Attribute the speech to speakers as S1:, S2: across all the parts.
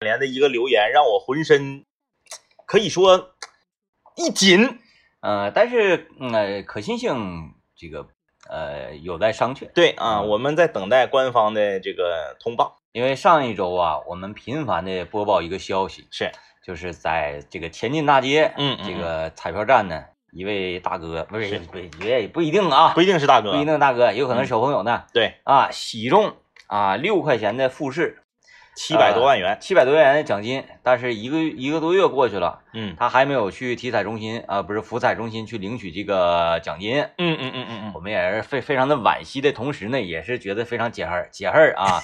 S1: 联的一个留言让我浑身可以说一紧。
S2: 呃，但是嗯呃，可信性这个呃有待商榷，
S1: 对啊，
S2: 嗯
S1: 我们在等待官方的这个通报。
S2: 因为上一周啊，我们频繁的播报一个消息，
S1: 是，
S2: 就是在这个前进大街，
S1: 嗯嗯
S2: 这
S1: 嗯
S2: 个彩票站呢，一位大哥不
S1: 是
S2: 是不是也不一定啊，
S1: 不一定嗯是大哥，
S2: 不一定大哥，也有可能是小朋友呢、
S1: 对，
S2: 啊，喜中啊六块钱的复试，
S1: 七百多万元。
S2: 七百多元的奖金，但是一个一个多月过去了，
S1: 嗯
S2: 呃他还没有去体彩中心啊、不是福彩中心去领取这个奖金。
S1: 嗯嗯嗯嗯
S2: 我
S1: 嗯，
S2: 们也是非非常的惋惜的同时呢，也是觉得非常解恨解恨 啊。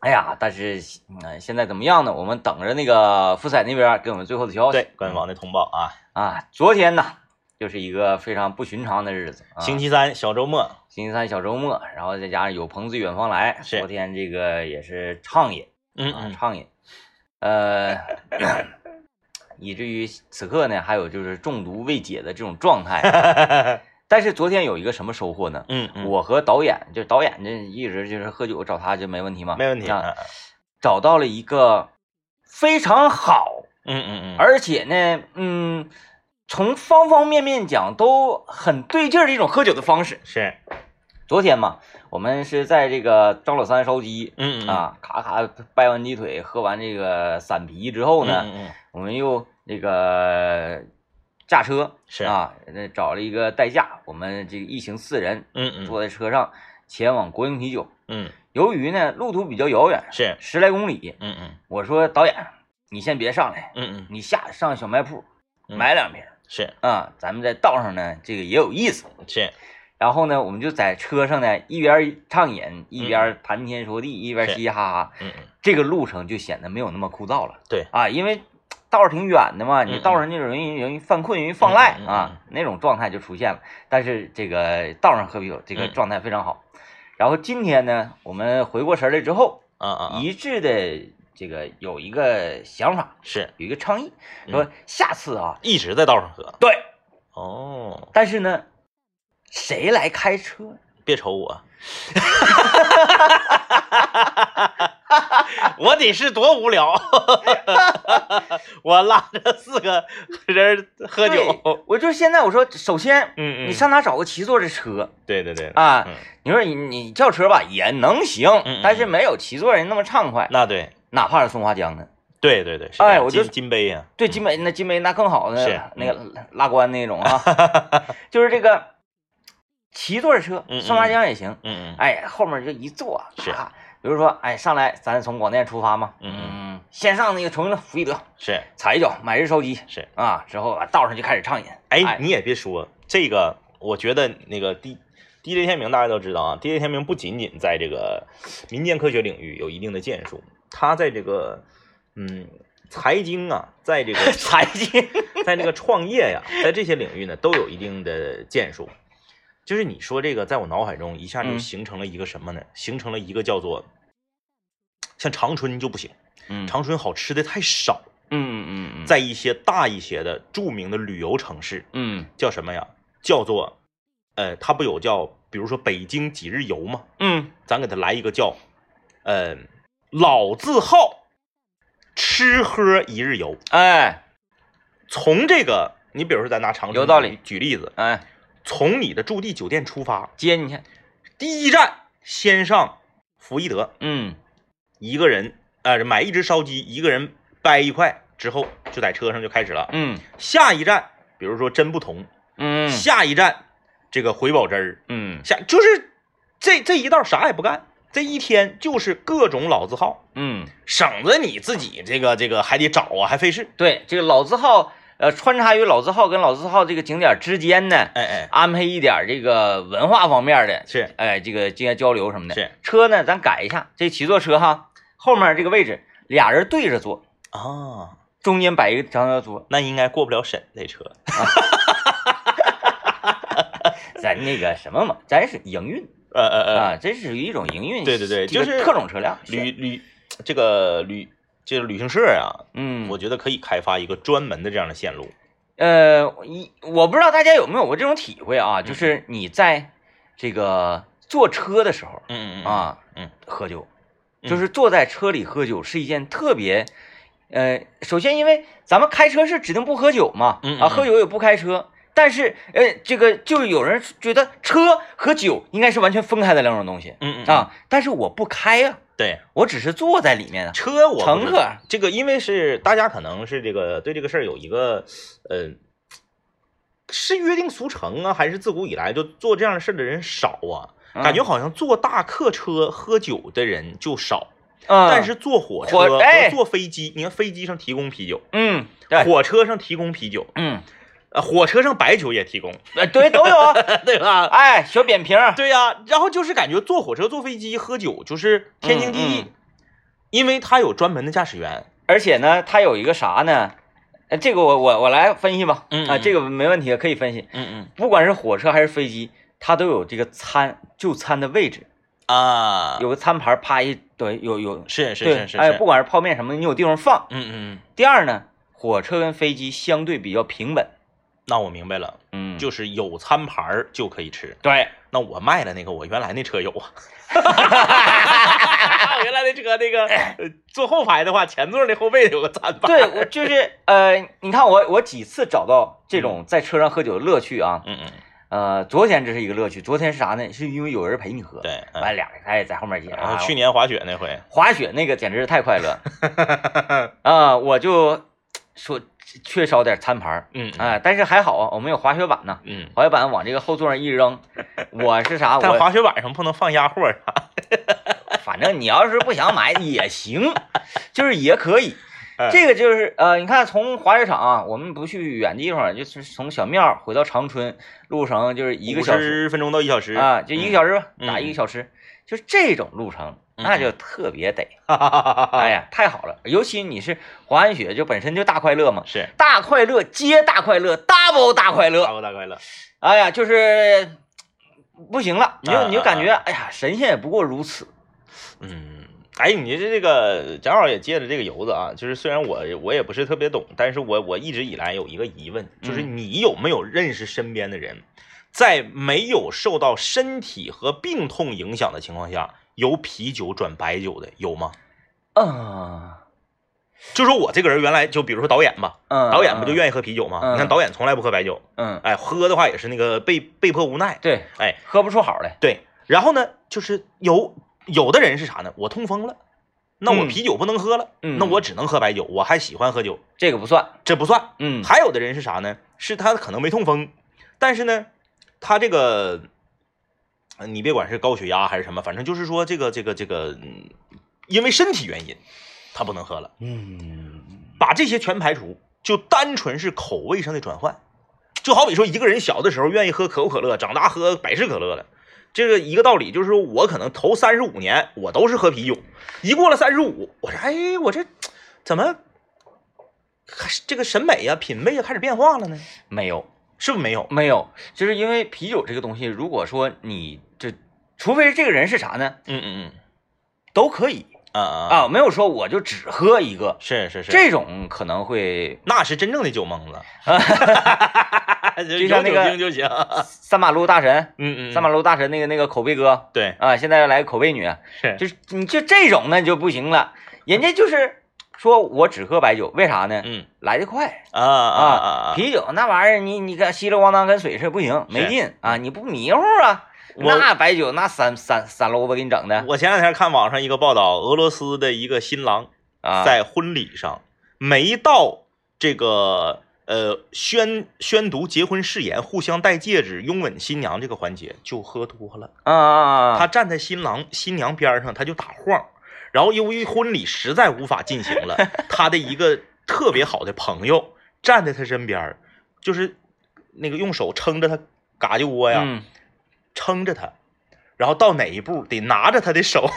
S2: 哎呀，但是嗯，现在怎么样呢？我们等着那个福彩那边给我们最后的消息。
S1: 对，官方的通报啊，
S2: 啊，昨天呢，就是一个非常不寻常的日子，啊、
S1: 星期三小周末，
S2: 星期三小周末，然后再加上有朋自远方来，
S1: 是
S2: 昨天这个也是畅饮
S1: 嗯
S2: 啊，
S1: 嗯，
S2: 畅饮，呃， 以至于此刻呢，还有就是中毒未解的这种状态。啊 但是昨天有一个什么收获呢？
S1: 嗯嗯，
S2: 我和导演，就导演这一直就是喝酒找他就没问题嘛，
S1: 没问题，嗯
S2: 啊，找到了一个非常好，
S1: 嗯嗯嗯，
S2: 而且呢，嗯，从方方面面讲都很对劲儿的一种喝酒的方式。
S1: 是，
S2: 昨天嘛，我们是在这个张老三烧鸡
S1: 嗯嗯，
S2: 啊，咔咔掰完鸡腿，喝完这个散啤之后
S1: 嗯
S2: 呢，
S1: 嗯嗯
S2: 我们又那个驾车
S1: 是
S2: 啊，那找了一个代驾，我们这个一行四人
S1: 嗯嗯
S2: 坐在车上前往国营啤酒。
S1: 嗯
S2: 由于呢路途比较遥远，
S1: 是，
S2: 十来公里，
S1: 嗯嗯
S2: 我说导演，你先别上来，
S1: 嗯嗯
S2: 你下上小卖铺
S1: 嗯
S2: 买两瓶儿
S1: 是
S2: 啊，咱们在道上呢这个也有意思。
S1: 是
S2: 然后呢，我们就在车上呢一边畅饮，一边谈天说
S1: 嗯
S2: 地，一边嘻嘻哈哈，
S1: 嗯嗯
S2: 这个路程就显得没有那么枯燥了。
S1: 对
S2: 啊，因为道儿挺远的嘛，
S1: 嗯
S2: 你道上那种容易容易犯困，容易放赖
S1: 嗯嗯嗯
S2: 啊，那种状态就出现了。但是这个道上喝啤酒，这个
S1: 嗯
S2: 状态非常好。然后今天呢，我们回过神来之后，
S1: 啊啊啊
S2: 一致的这个有一个想法，
S1: 是，
S2: 有一个倡议，
S1: 嗯
S2: 说下次啊，
S1: 一直在道上喝，
S2: 对，
S1: 哦，
S2: 但是呢，谁来开车？
S1: 别瞅我。我得是多无 聊，我拉着四个人喝
S2: 对
S1: 酒。
S2: 我就是现在我说，首先
S1: 嗯嗯，
S2: 你上哪找个七座的车
S1: 对对对，
S2: 啊
S1: 嗯？
S2: 你说你你轿车吧也能行
S1: 嗯嗯，
S2: 但是没有七座人那么畅快，
S1: 那对
S2: 哪怕是松花江的。
S1: 对对对，是
S2: 哎
S1: 这样
S2: 我就
S1: 金金杯啊呀，
S2: 对，金杯那金杯那更好
S1: 嗯
S2: 呢，
S1: 是嗯
S2: 那个拉关那 种啊，就是这个七座车
S1: 嗯嗯，
S2: 松花江也行，
S1: 嗯嗯，
S2: 哎，后面就一坐，
S1: 是
S2: 咔比如说，哎，上来咱从广电出发嘛，
S1: 嗯
S2: 嗯，先上那个崇明的福义德
S1: 是哎
S2: 踩一脚，买只烧鸡
S1: 是，
S2: 啊，之后啊道上就开始畅饮，
S1: 哎，你也别说这个，我觉得那个 D DJ 天明大家都知道啊，DJ 天明不仅仅在这个民间科学领域有一定的建树，他在这个嗯财经啊，在这个
S2: 财经，
S1: 在这个创业呀，在这些领域呢都有一定的建树。就是你说这个，在我脑海中一下就
S2: 嗯
S1: 形成了一个什么呢？形成了一个叫做像长春就不行，
S2: 嗯
S1: 长春好吃的太少，
S2: 嗯嗯嗯，
S1: 在一些大一些的著名的旅游城市，
S2: 嗯
S1: 叫什么呀？叫做，呃，它不有叫，比如说北京几日游吗？
S2: 嗯，
S1: 咱给它来一个叫，呃，老字号吃喝一日游。
S2: 哎
S1: 从这个，你比如说咱拿长春
S2: 有道理
S1: 举举例子，
S2: 哎，
S1: 从你的驻地酒店出发，
S2: 接你去，
S1: 第一站先上福一德，
S2: 嗯
S1: 一个人呃买一只烧鸡，一个人掰一块之后就在车上就开始了。
S2: 嗯
S1: 下一站，比如说真不同，
S2: 嗯
S1: 下一站这个回宝汁儿，
S2: 嗯
S1: 下就是这这一道啥也不干，这一天就是各种老字号，
S2: 嗯，
S1: 省得你自己这个这个还得找啊，还费事。
S2: 对，这个老字号，呃，穿插于老字号跟老字号这个景点之间呢，
S1: 哎哎，
S2: 安排一点儿这个文化方面的，
S1: 是
S2: 哎，这个进行交流什么的。
S1: 是
S2: 车呢，咱改一下，这七座车哈，后面这个位置俩人对着坐，
S1: 啊，
S2: 中间摆一个长条桌，
S1: 那应该过不了审这车。
S2: 咱那个什么嘛，咱是营运
S1: 呃呃呃，
S2: 啊，这是属于一种营运，
S1: 对对对
S2: 这个
S1: 就是
S2: 特种车辆。
S1: 旅
S2: 是，
S1: 旅这个旅这个旅行社啊，
S2: 嗯，
S1: 我觉得可以开发一个专门的这样的线路。
S2: 呃，一我不知道大家有没有过这种体会啊，就是你在这个坐车的时候
S1: 嗯
S2: 啊，
S1: 嗯，
S2: 喝酒，就是坐在车里喝酒是一件特别，呃，首先因为咱们开车是指定不喝酒嘛，
S1: 嗯嗯
S2: 啊，
S1: 嗯
S2: 喝酒也不开车。但是，呃，这个就有人觉得车和酒应该是完全分开的两种东西
S1: 嗯嗯，
S2: 啊。但是我不开呀、
S1: 对，
S2: 我只是坐在里面啊。
S1: 车我不
S2: 乘
S1: 知
S2: 客
S1: 道这个，因为是大家可能是这个对这个事儿有一个呃，是约定俗成啊，还是自古以来就做这样的事儿的人少啊？
S2: 嗯
S1: 感觉好像坐大客车喝酒的人就少，
S2: 嗯，
S1: 但是坐火车
S2: 火
S1: 和
S2: 哎
S1: 坐飞机，你看飞机上提供啤酒，
S2: 嗯，对，
S1: 火车上提供啤酒，
S2: 嗯，
S1: 呃，火车上白酒也提供，
S2: 呃对，都有啊。
S1: 对吧？
S2: 哎，小扁平儿，
S1: 对呀、然后就是感觉坐火车、坐飞机喝酒就是天经地义，
S2: 嗯
S1: 因为他有专门的驾驶员。
S2: 而且呢，它有一个啥呢？呃，这个我我我来分析吧。
S1: 嗯
S2: 啊，
S1: 嗯
S2: 这个没问题，可以分析。
S1: 嗯嗯
S2: 不管是火车还是飞机，它都有这个餐就餐的位置，
S1: 啊，
S2: 有个餐盘，啪一对，有有
S1: 是是
S2: 对
S1: 是是，
S2: 哎，
S1: 是，
S2: 不管是泡面什么的，你有地方放。
S1: 嗯嗯，嗯
S2: 第二呢，火车跟飞机相对比较平稳，
S1: 那我明白了，
S2: 嗯，
S1: 就是有餐盘儿就可以吃。
S2: 对，
S1: 那我卖了那个，我原来那车有 啊。原来那车那个呃坐后排的话，前座那后背有个餐盘。
S2: 对我就是呃，你看我我几次找到这种在车上喝酒的乐趣啊，
S1: 嗯嗯，
S2: 呃，昨天这是一个乐趣，昨天是啥呢？是因为有人陪你喝，，
S1: 对。嗯
S2: 完俩人哎在后面接，
S1: 然
S2: 啊
S1: 后去年滑雪那 回，
S2: 滑雪那个简直是太快乐 啊！我就说缺少点餐盘儿
S1: 嗯
S2: 啊，但是还好啊，我们有滑雪板呢，
S1: 嗯，
S2: 滑雪板往这个后座上一 扔，我是啥？
S1: 但
S2: 我
S1: 滑雪板上不能放压货啊。
S2: 反正你要是不想买 也行，就是也可以
S1: 嗯。
S2: 这个就是呃，你看从滑雪场啊，我们不去远地方，就是从小庙回到长春，路程就是一个小时
S1: 50分钟到一小时
S2: 啊，就一个小时吧，
S1: 嗯
S2: 打一个小时，就是这种路程，
S1: 嗯
S2: 那就特 别得。
S1: 哎
S2: 哎呀，太好了！尤其你是滑完雪，就本身就大快乐嘛，
S1: 是
S2: 大快乐接大快乐，double 大快
S1: 大
S2: 乐。
S1: 快大快乐，
S2: 哎呀，就是不行了，你
S1: 啊
S2: 就你就感觉，
S1: 啊
S2: 哎呀，神仙也不过如此。
S1: 嗯。哎，你这这个正好也借着这个由子啊，就是虽然我我也不是特别懂，但是我我一直以来有一个疑问，就是
S2: 嗯
S1: 你有没有认识身边的人，在没有受到身体和病痛影响的情况下，由啤酒转白酒的有吗？
S2: 嗯
S1: 就说我这个人原来就比如说导演吧，
S2: 嗯，
S1: 导演不就
S2: 意？
S1: 愿意喝啤酒吗？
S2: 嗯
S1: 你看导演从来不喝白酒，
S2: 嗯，
S1: 哎，喝的话也是那个被被迫无奈，
S2: 对，
S1: 哎，
S2: 喝不出好来。
S1: 对，然后呢，就是有有的人是啥呢？我痛风了，那我
S2: 嗯
S1: 啤酒不能喝了，
S2: 嗯
S1: 那我只能喝白酒，我还喜欢喝酒，
S2: 这个不算。
S1: 这不算。
S2: 嗯
S1: 还有的人是啥呢？是他可能没痛风，但是呢，他这个，呃你别管是高血压还是什么，反正就是说这个这个这个，嗯因为身体原因，他不能喝了。
S2: 嗯，
S1: 把这些全排除，就单纯是口味上的转换。就好比说，一个人小的时候愿意喝可口可乐，长大喝百事可乐了，这个一个道理。就是说我可能头三十五年我都是喝啤酒，一过了三十五，我说哎，我这怎么还是这个审美呀、品味呀开始变化了呢？
S2: 没有
S1: 是不是没有？
S2: 没有，就是因为啤酒这个东西，如果说你这，除非这个人是啥呢，
S1: 嗯嗯
S2: 都可以
S1: 嗯啊啊啊！
S2: 啊，没有说我就只喝一个，
S1: 是是是，
S2: 这种可能会
S1: 那是真正的酒 蒙子，就
S2: 就像那个
S1: 有酒精就行。
S2: 呃三马路大神，
S1: 嗯嗯嗯，
S2: 三马路大神那个那个口碑哥
S1: 对
S2: 啊，现在来个口碑女，
S1: 是
S2: 就是你就这种那就不行了，人家就是说我只喝白酒，为啥呢？
S1: 嗯
S2: 来得快
S1: 啊啊啊啊！
S2: 啤酒那玩意儿你你个稀里咣当跟水似的不行，没劲啊，你不迷糊啊。
S1: 我
S2: 那白酒那三三三萝卜给你整的
S1: 我前两天看网上一个报道，俄罗斯的一个新郎
S2: 啊，
S1: 在婚礼上没到这个呃宣宣读结婚誓言、互相戴戒指、拥吻新娘这个环节就喝多了。
S2: 啊啊
S1: 他
S2: 啊，
S1: 站在新郎新娘边上，他就打晃。然后由于婚礼实在无法进行 了，他的一个特别好的朋友站在他身边儿，就是那个用手撑着他嘎叽窝呀，
S2: 嗯，
S1: 撑着他，然后到哪一步得拿着他的 手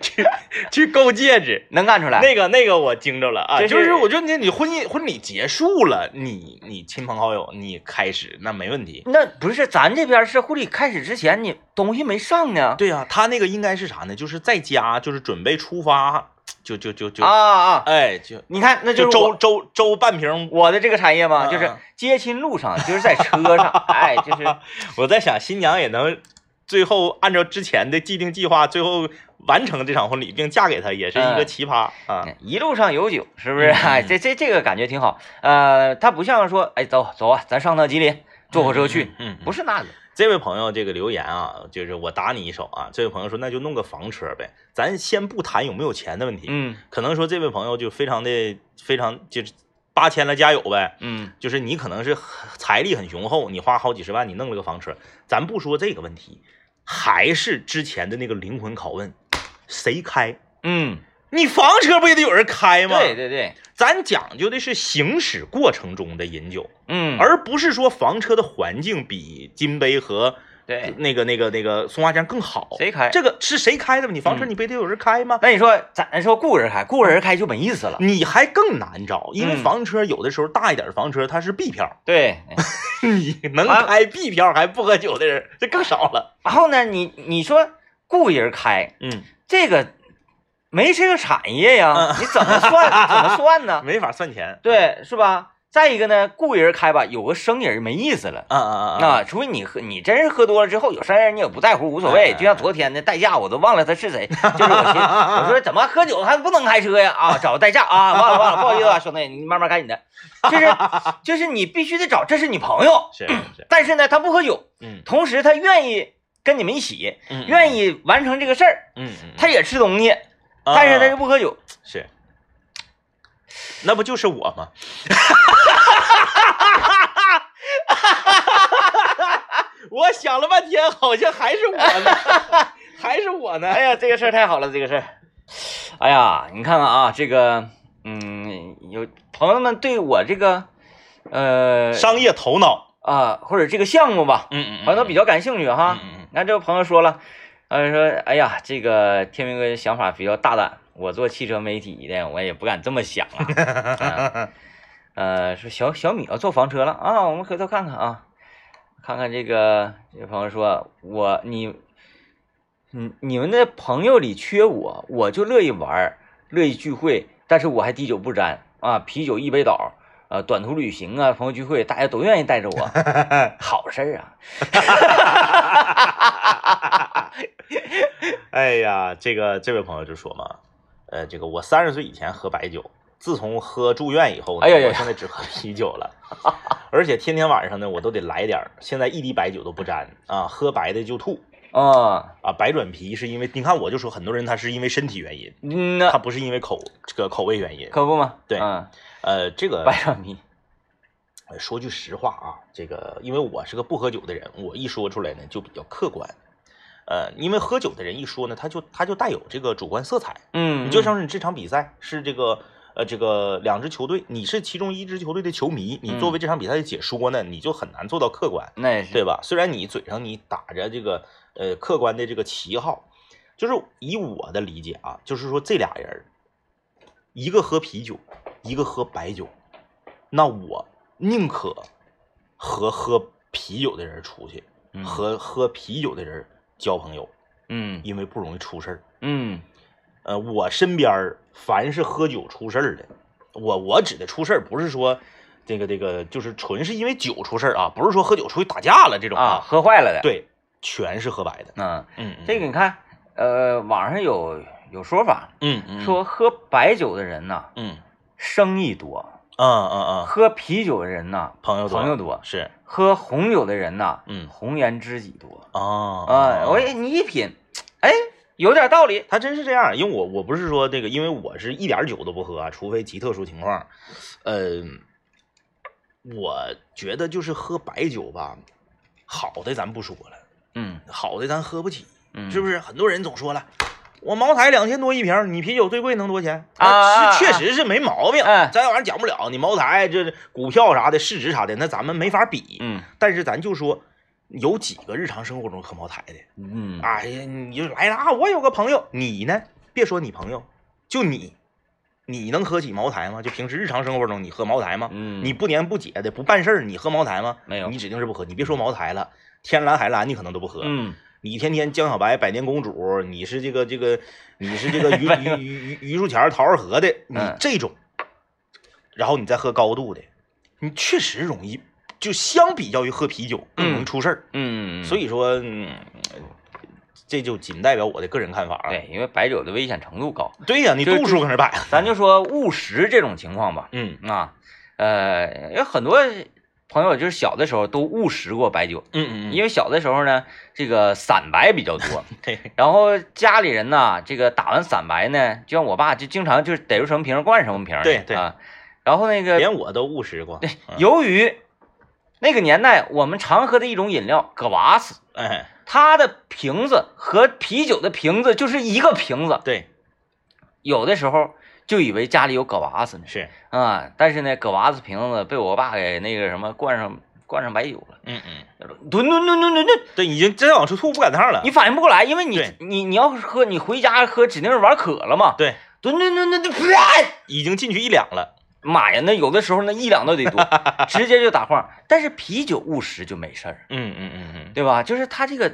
S1: 去去够戒指。
S2: 能干出来。
S1: 那个那个我惊着了啊！
S2: 哎这
S1: 就
S2: 是
S1: 是我觉得你你婚姻婚礼结束了，你你亲朋好友你开始那没问题。
S2: 那不是咱这边是婚礼开始之前你东西没上呢，
S1: 对呀、啊他那个应该是啥呢？就是在家就是准备出发，就就就就
S2: 啊啊，
S1: 哎就
S2: 你看那
S1: 就是周
S2: 我
S1: 周周半瓶。
S2: 我的这个产业嘛，
S1: 嗯
S2: 就是
S1: 嗯
S2: 接亲路上，就是在车上，哎，就是
S1: 我在想新娘也能最后按照之前的既定计划，最后完成这场婚礼并嫁给他，也是
S2: 嗯
S1: 一个奇葩啊。
S2: 哎
S1: 嗯
S2: 一路上有酒，是不是？哎，这这这个感觉挺好。呃，他不像说，哎，走走啊，咱上趟吉林，坐火车去，
S1: 嗯，
S2: 不
S1: 是
S2: 是那个。
S1: 这位朋友这个留言啊，就是我打你一手啊。这位朋友说，那就弄个房车呗，咱先不谈有没有钱的问题，
S2: 嗯
S1: 可能说这位朋友就非常的非常就是八千了加油呗，
S2: 嗯
S1: 就是你可能是很财力很雄厚，你花好几十万你弄了个房车，咱不说这个问题，还是之前的那个灵魂拷问，谁开？
S2: 嗯，
S1: 你房车不也得有人开吗？
S2: 对对对，
S1: 咱讲究的是行驶过程中的饮酒，
S2: 嗯，
S1: 而不是说房车的环境比金杯和
S2: 对
S1: 那个那个那个松花江更好。
S2: 哎谁开？
S1: 这个是谁开的吗？你房车
S2: 嗯
S1: 你不得有人开吗？
S2: 那你说咱说雇人开，雇人开就没意思了。
S1: 你还更难找，因为
S2: 嗯
S1: 房车有的时候大一点的房车它是 B 票，
S2: 对，
S1: 你能
S2: 啊
S1: 开 B 票还不喝酒的人这更少了。
S2: 然后呢，你你说雇人开
S1: 嗯，
S2: 这个没这个产业呀，你怎么算 怎么算呢？
S1: 没法算钱。
S2: 对，是吧？再一个呢，雇人开吧，有个生人没意思了。
S1: 啊啊啊！
S2: 那除非你喝，你真是喝多了之后有生人，你也不在乎，无所谓。
S1: 嗯
S2: 就像昨天的代驾，我都忘了他是 谁。就是我寻，我说怎么喝酒还不能开车呀？ 啊，找代驾啊，忘了忘了，不好意思啊，兄 弟，你慢慢开你的。就是就是你必须得找，这是你朋友，
S1: 是是，
S2: 但是呢，他不喝酒，
S1: 嗯
S2: 同时他愿意跟你们一起，
S1: 嗯，
S2: 愿
S1: 意，
S2: 意完成这个事儿，
S1: 嗯嗯，
S2: 他也吃东西，但是他就
S1: 啊
S2: 不喝酒。
S1: 是，那不就是我吗？ 我想了半天，好像还是我呢， 还是我呢。
S2: 哎呀，这个事儿太好了，这个事儿。哎呀，你看看啊，这个，嗯，有朋友们对我这个，呃，
S1: 商业头脑，
S2: 啊、或者这个项目吧，
S1: 嗯
S2: 朋友都比
S1: 较
S2: 较感兴趣哈。
S1: 嗯嗯
S2: 那这位朋友说了，呃，说，哎呀，这个天明哥想法比较大胆，我做汽车媒体的，我也不敢这么想啊。啊呃，说小小米要做房车了啊，我们回头看看啊，看看这个这个朋友说，我你，你你们的朋友里缺我，我就乐意玩儿，乐意聚会，但是我还滴酒不沾啊，啤酒一杯倒。呃，短途旅行啊，朋友聚会，大家都愿意带着我，好事儿啊！
S1: 哎呀，这个这位朋友就说嘛，呃，这个我三十岁以前喝白酒，自从喝住院以后呢，
S2: 哎呀呀呀
S1: 我现在只喝啤酒了，而且天天晚上呢，我都得来点儿，现在一滴白酒都不沾啊，喝白的就吐
S2: 啊，
S1: 啊，白转啤是因为你看我就说很多人他是因为身体原因，
S2: 嗯
S1: 他
S2: 那
S1: 不是因为口这个口味原因，
S2: 可不嘛，
S1: 对
S2: 嗯，
S1: 呃，这个
S2: 白转迷，
S1: 呃说句实话啊，这个因为我是个不喝酒的人，我一说出来呢就比较客观。呃，因为喝酒的人一说呢，他就他就带有这个主观色彩，
S2: 嗯，
S1: 你就
S2: 嗯
S1: 像是你这场比赛是这个呃这个两支球队，你是其中一支球队的球迷，你作为这场比赛的解说呢，你就很难做到客观，
S2: 那也是，
S1: 对吧？虽然你嘴上你打着这个呃客观的这个旗号，就是以我的理解啊，就是说这俩人儿，一个喝啤酒，一个喝白酒，那我宁可和喝啤酒的人出去，
S2: 嗯
S1: 和喝啤酒的人交朋友，
S2: 嗯
S1: 因为不容易出事儿。
S2: 嗯
S1: 呃，我身边儿凡是喝酒出事儿的，我我指的出事儿不是说这个这个，就是纯是因为酒出事儿啊，不是说喝酒出去打架了这种
S2: 啊，。喝坏了的，，
S1: 对，全是喝白的。
S2: 嗯，
S1: 嗯
S2: 这个你看，呃，网上有有说法，
S1: 嗯嗯
S2: 说喝白酒的人呐，
S1: 嗯
S2: 生意多；
S1: 嗯嗯嗯，
S2: 喝啤酒的人呐，
S1: 朋友多
S2: 啊朋友多；
S1: 是
S2: 喝红酒的人呐，
S1: 嗯
S2: 红颜知己多。
S1: 啊
S2: 啊，我也你一品，哎，有点道理。
S1: 他真是这样，因为我我不是说这个，因为我是一点儿酒都不喝啊，除非极特殊情况。呃，我觉得就是喝白酒吧，好的咱不说了，
S2: 嗯
S1: 好的咱喝不起。
S2: 嗯，
S1: 是不
S2: 是？
S1: 是？很多人总说了，我茅台两千多一瓶，你啤酒最贵能多少钱？哎
S2: 啊啊
S1: 是
S2: 啊
S1: 确实是没毛病，
S2: 哎
S1: 咱玩意儿讲不了。你茅台这股票啥的，市值啥的，那咱们没法比。
S2: 嗯
S1: 但是咱就说，有几个日常生活中喝茅台的？
S2: 嗯
S1: 哎呀，你就来了啊！我有个朋友，你呢？别说你朋友，就你，你能喝起茅台吗？就平时日常生活中，你喝茅台吗？
S2: 嗯，
S1: 你不年不节的不办事儿，你喝茅台吗？
S2: 没有
S1: 你指定是不喝。你别说茅台了，天蓝海蓝你可能都不喝。
S2: 嗯
S1: 你天天江小白、百年公主，你是这个这个，你是这个榆榆榆榆榆树钱、桃儿河的，你
S2: 嗯
S1: 这种，然后你再喝高度的，你确实容易就相比较于喝啤酒更能出事儿，
S2: 嗯，
S1: 所
S2: 以
S1: 以说、嗯这就仅代表我的个人看法啊。
S2: 对，因为白酒的危险程度高，
S1: 对呀、你
S2: 就
S1: 度数搁那摆，
S2: 咱就说误食这种情况吧，
S1: 嗯
S2: 啊，呃，有很多朋友就是小的时候都误食过白酒，
S1: 嗯嗯，
S2: 因
S1: 为
S2: 为小的时候呢，这个散白比较 多，
S1: 对，
S2: 然后家里人呐，这个打完散白呢，就像我爸就经常就是逮住什么瓶儿灌什么瓶儿，
S1: 对嗯对
S2: 啊，然后那个
S1: 连我都误食过，嗯
S2: 由于那个年代我们常喝的一种饮料葛瓦斯，
S1: 哎，
S2: 它的瓶子和啤酒的瓶子就是一个瓶子，
S1: 对，
S2: 有的时候就以为家里有葛瓦斯呢
S1: 是，
S2: 啊，但是呢，葛瓦斯瓶子被我爸给那个什么灌上灌上白酒了，
S1: 嗯嗯，
S2: 吨吨吨吨吨吨，
S1: 对，已经真往出吐不赶趟了，
S2: 你反应不过来，因为你
S1: 对
S2: 你你要是喝你回家喝指定是玩渴了嘛，
S1: 对，
S2: 吨吨吨吨吨，啪！
S1: 已经进去一两了，
S2: 妈呀，那有的时候那一两都得多，直接就打晃。但是啤酒误食就没事儿，
S1: 嗯嗯嗯嗯，
S2: 对吧？就是它这个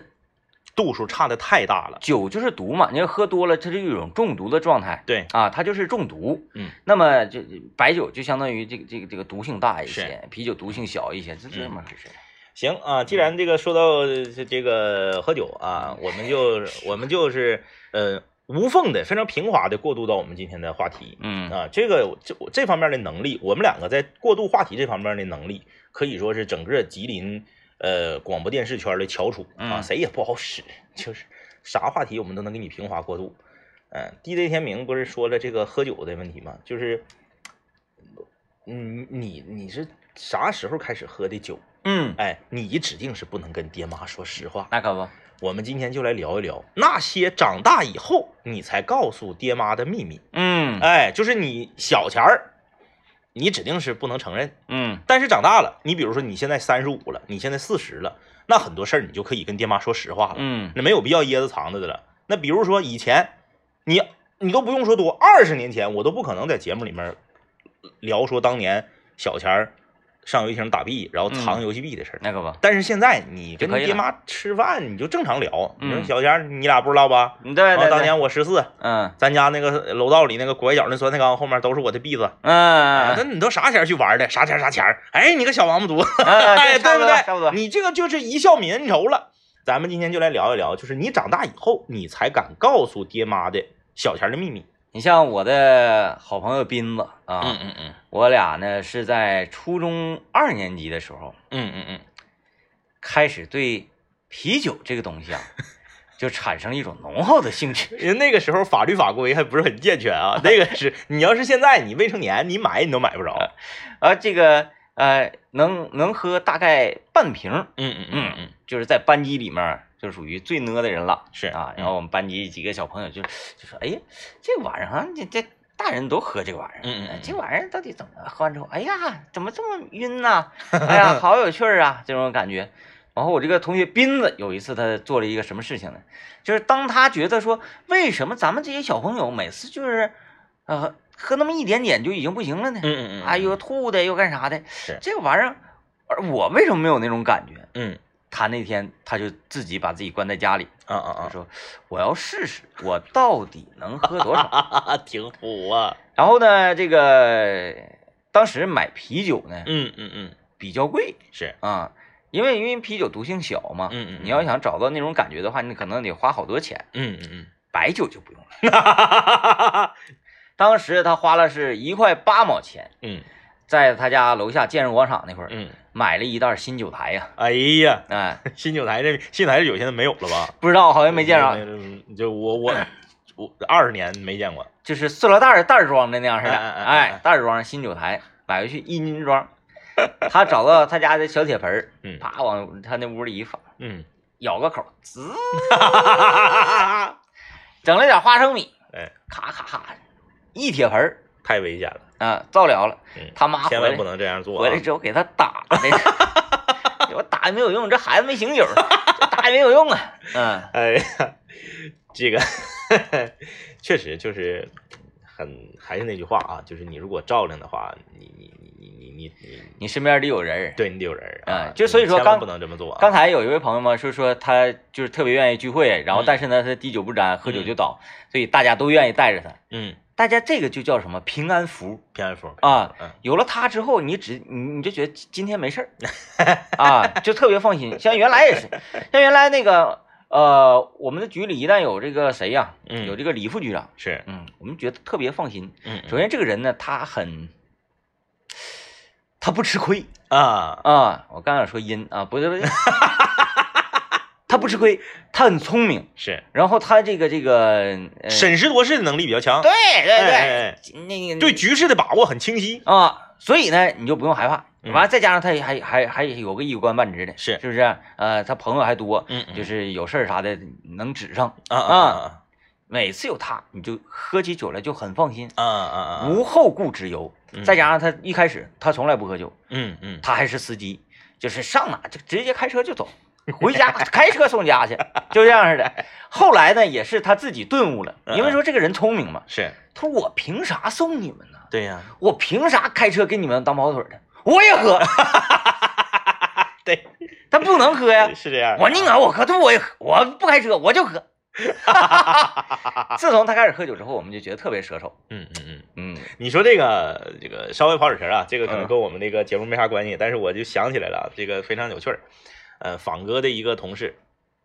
S1: 度数差的太大了，
S2: 酒就是毒嘛，你要喝多了，它是一种中毒的状态
S1: 对，
S2: 啊，它就是中毒。
S1: 嗯，
S2: 那么就白酒就相当于这个这个这个毒性大一些，啤酒毒性小一些，这
S1: 嗯
S2: 这么回事。
S1: 行啊，既然这个说到这这个喝酒啊，我们就我们就是呃无缝的、非常平滑的过渡到我们今天的话题
S2: 嗯
S1: 啊。这个这这方面的能力，我们两个在过渡话题这方面的能力，可以说是整个吉林呃广播电视圈的翘楚啊，
S2: 嗯
S1: 谁也不好使，就是啥话题我们都能给你平滑过渡。嗯、d j 天明不是说了这个喝酒的问题吗？就是，嗯，你你是啥时候开始喝的酒？
S2: 嗯，
S1: 哎，你指定是不能跟爹妈说实话。哎
S2: 那可不，
S1: 我们今天就来聊一聊那些长大以后你才告诉爹妈的秘密。
S2: 嗯
S1: 哎，就是你小前儿，你指定是不能承认，
S2: 嗯
S1: 但是长大了，你比如说你现在三十五了，你现在四十了，那很多事儿你就可以跟爹妈说实话了，
S2: 嗯
S1: 那没有必要掖着藏着的了。那比如说以前，你你都不用说多，二十年前我都不可能在节目里面聊说当年小前儿上游戏厅打币，然后藏
S2: 嗯
S1: 游戏币的事儿。
S2: 那可不，
S1: 但是现在你跟
S2: 就可以
S1: 爹
S2: 了
S1: 妈吃饭，你就正常聊。你说
S2: 嗯
S1: 小钱，你俩不知道吧？
S2: 你对
S1: 然后
S2: 对
S1: 当
S2: 对，
S1: 年我十四，
S2: 哦嗯
S1: 咱家那个楼道里那个拐角那酸菜缸后面都是我的篦子。啊，那
S2: 嗯，
S1: 你都啥钱去玩的？啥钱啥钱儿？哎，你个小王八 犊子，哎，对不
S2: 差
S1: 对？
S2: 不多，
S1: 你这个就是一笑泯恩仇了。咱们今天就来聊一聊，就是你长大以后，你才敢告诉爹妈的小钱儿的秘密。
S2: 你像我的好朋友斌子啊，
S1: 嗯嗯
S2: 我俩呢是在初中二年级的时候
S1: 嗯嗯嗯，
S2: 开始对啤酒这个东 西啊，就产生一种浓厚的兴趣。
S1: 人那个时候法律法规还不是很健全 啊。那个是你要是现在你未成年，你买你都买不着。
S2: 啊，这个呃，能能喝大概半瓶儿，
S1: 嗯嗯嗯嗯，
S2: 就是在班级里面儿就属于最呢的人了
S1: 是
S2: 啊。
S1: 嗯
S2: 然后我们班级几个小朋友就就说：“哎呀，这玩意儿好像这这大人都喝这玩意儿，哎
S1: 嗯嗯嗯
S2: 这玩意儿到底怎么了喝完之后，哎呀，怎么这么晕呐、哎呀， 好有趣儿啊，这种感觉。然后我这个同学斌子有一次他做了一个什么事情呢？就是当他觉得说，为什么咱们这些小朋友每次就是，呃，喝那么一点点就已经不行了呢？
S1: 嗯嗯嗯，
S2: 哎呦，吐的又干啥的？
S1: 是
S2: 这玩意儿，而我为什么没有那种感觉？
S1: 嗯
S2: 他那天他就自己把自己关在家里，
S1: 啊啊
S2: 他
S1: 啊
S2: 说我要试试我到底能喝多少。
S1: 哈哈哈，挺虎啊，
S2: 然后呢，这个当时买啤酒呢
S1: 嗯嗯嗯，
S2: 比较贵
S1: 是，
S2: 啊，因为因为啤酒毒性小嘛，
S1: 嗯嗯嗯
S2: 你要想找到那种感觉的话，你可能得花好多钱，
S1: 嗯嗯嗯，
S2: 白酒就不用了。
S1: 哈哈哈哈哈，
S2: 当时他花了是一块八毛钱，
S1: 嗯
S2: 在他家楼下建设广场那块儿
S1: 嗯，
S2: 买了一袋新酒台呀、
S1: 哎呀，
S2: 哎，
S1: 新酒台这新酒台这酒现在没有了吧？
S2: 不知道好像没见
S1: 嗯着，
S2: 着，
S1: 就我我我二十年没见过，
S2: 就是塑料袋儿袋儿装的那样似的，
S1: 哎哎哎哎
S2: 哎，袋儿装新酒台，买回去一斤装。他找到他家的小铁盆儿，
S1: 嗯
S2: 啪往他那屋里一放，
S1: 嗯，
S2: 咬个口儿，滋，
S1: 哈哈哈哈哈，
S2: 整了点花生米，
S1: 哎，
S2: 咔咔咔，一铁盆儿
S1: 太危险了，
S2: 啊，造了了。
S1: 嗯，
S2: 他妈回
S1: 千万
S2: 来
S1: 不能这样做
S2: 回
S1: 啊
S2: 来，之后给他打 的，给我打也没有用，这孩子没醒酒儿，这打也没有用啊。嗯
S1: 哎呀， 这个 确实就是很，还是那句话啊，就是你如果照亮的话，你你你你你你你。
S2: 你身边得有人儿。
S1: 对你得有人啊儿
S2: 嗯就所以说
S1: 千万
S2: 刚
S1: 不能这么做啊。
S2: 刚才有一位朋友嘛，说说他就是特别愿意聚会，然后
S1: 嗯
S2: 但是呢，他滴酒不沾，喝酒就倒，所以大家都愿意带着他。
S1: 嗯，
S2: 大家这个就叫什么平安符
S1: 平安符，
S2: 啊
S1: 嗯。
S2: 有了它之后，你只你你就觉得今天没事儿啊，就特别放心。像原来也是，像原来那个呃，我们的局里一旦有这个谁呀、
S1: 嗯
S2: 有这个李副局长，
S1: 是，
S2: 嗯，我们觉得特别放心。
S1: 嗯
S2: 首先这个人呢，他很。他不吃亏
S1: 啊，
S2: 啊！我刚想说阴啊，不是不是， 他不吃亏，他很聪明，
S1: 是
S2: 然后他这个这个，呃、
S1: 审时度势的能力比较强，
S2: 对
S1: 哎哎
S2: 对对，那个
S1: 对局势的把握很清晰，
S2: 啊，所以呢，你就不用害怕。
S1: 嗯
S2: 完了，再加上他也还还还有个一官半职的，
S1: 是
S2: 是不是？呃，他朋友还多，
S1: 嗯嗯
S2: 就是有事儿啥的能指上。
S1: 啊啊
S2: 每次有他，你就喝起酒来就很放心，
S1: 啊啊啊，
S2: 无后顾之忧。
S1: 嗯
S2: 再加上他一开始他从来不喝酒，
S1: 嗯嗯，
S2: 他还是司机，就是上哪就直接开车就走，回家开车送家去，就这样似的。后来呢，也是他自己顿悟了，
S1: 嗯
S2: 因为说这个人聪明嘛，
S1: 是
S2: 他说我凭啥送你们呢？
S1: 对呀，
S2: 我凭啥开车给你们当跑腿儿的？我也喝，
S1: 对，
S2: 他不能喝呀。
S1: 是这样，啊
S2: 我宁可我喝，他我也喝，我不开车我就 喝。自从他开始喝酒之后，我们就觉得特别舍手。
S1: 嗯嗯嗯。
S2: 嗯
S1: 你说这个这个稍微跑点题儿啊，这个可能
S2: 嗯
S1: 跟我们这个节目没啥关系，但是我就想起来了，啊这个非常有趣儿。呃，仿哥的一个同事，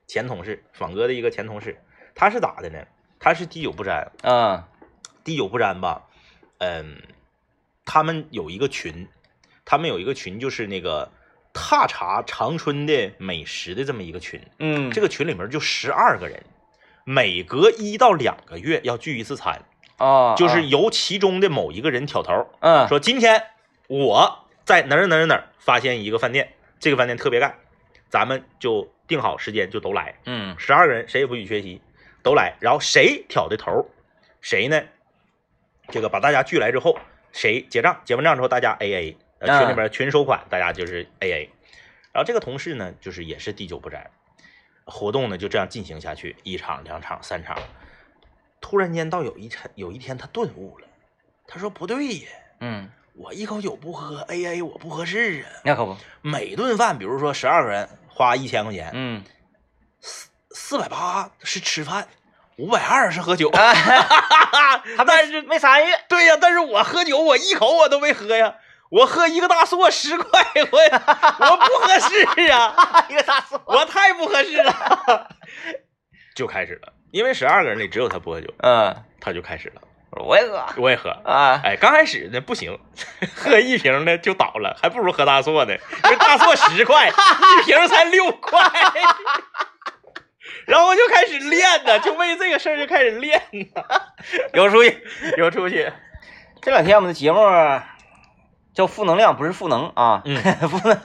S1: 前同事，仿哥的一个前同事，他是咋的呢？他是滴酒不沾，
S2: 啊
S1: 滴酒不沾吧，嗯，他们有一个群，他们有一个群就是那个踏查长春的美食的这么一个群，
S2: 嗯，
S1: 这
S2: 个
S1: 个群里面就十二个人，每隔一到两个月要聚一次餐，
S2: 啊
S1: 就是由其中的某一个人挑头。
S2: 嗯
S1: 说今天我在哪儿哪儿哪儿发现一个饭店，这个饭店特别干，咱们就定好时间就都来，
S2: 嗯
S1: 十二个人谁也不许缺席，都来。然后谁挑的头儿，谁呢？这个把大家聚来之后，谁结账？结完账之后大家 A A，呃，
S2: 啊
S1: 群里边群收款，大家就是 A A。然后这个同事呢，就是也是滴酒不沾，活动呢就这样进行下去，一场、两场、三场。突然间到有一天，有一天他顿悟了，他说不对呀，
S2: 嗯，
S1: 我一口酒不喝，A A 我不合适啊。
S2: 那可不，
S1: 每顿饭，比如说十二个人花一千块钱，
S2: 嗯，
S1: 四百八是吃饭，五百二是喝酒。哎
S2: 他但是没参与，
S1: 对呀、但是我喝酒，我一口我都没喝呀，我喝一个大硕十块，我我不合适啊，
S2: 一个大叔，
S1: 我太不合适了。 就开始了，因为十二个人里只有他不喝酒，
S2: 嗯，
S1: 他就开始了。
S2: 我也喝
S1: 我也喝，
S2: 啊，
S1: 哎，刚开始呢不行，喝一瓶呢就倒了，还不如喝大硕呢，因为大硕十 块，一瓶才六块。然后我就开始练呢，就为这个事儿就开始练 呢，
S2: 有出息。
S1: 有出息。
S2: 这两天我们的节目叫负能量，不是赋能啊，
S1: 嗯
S2: 赋能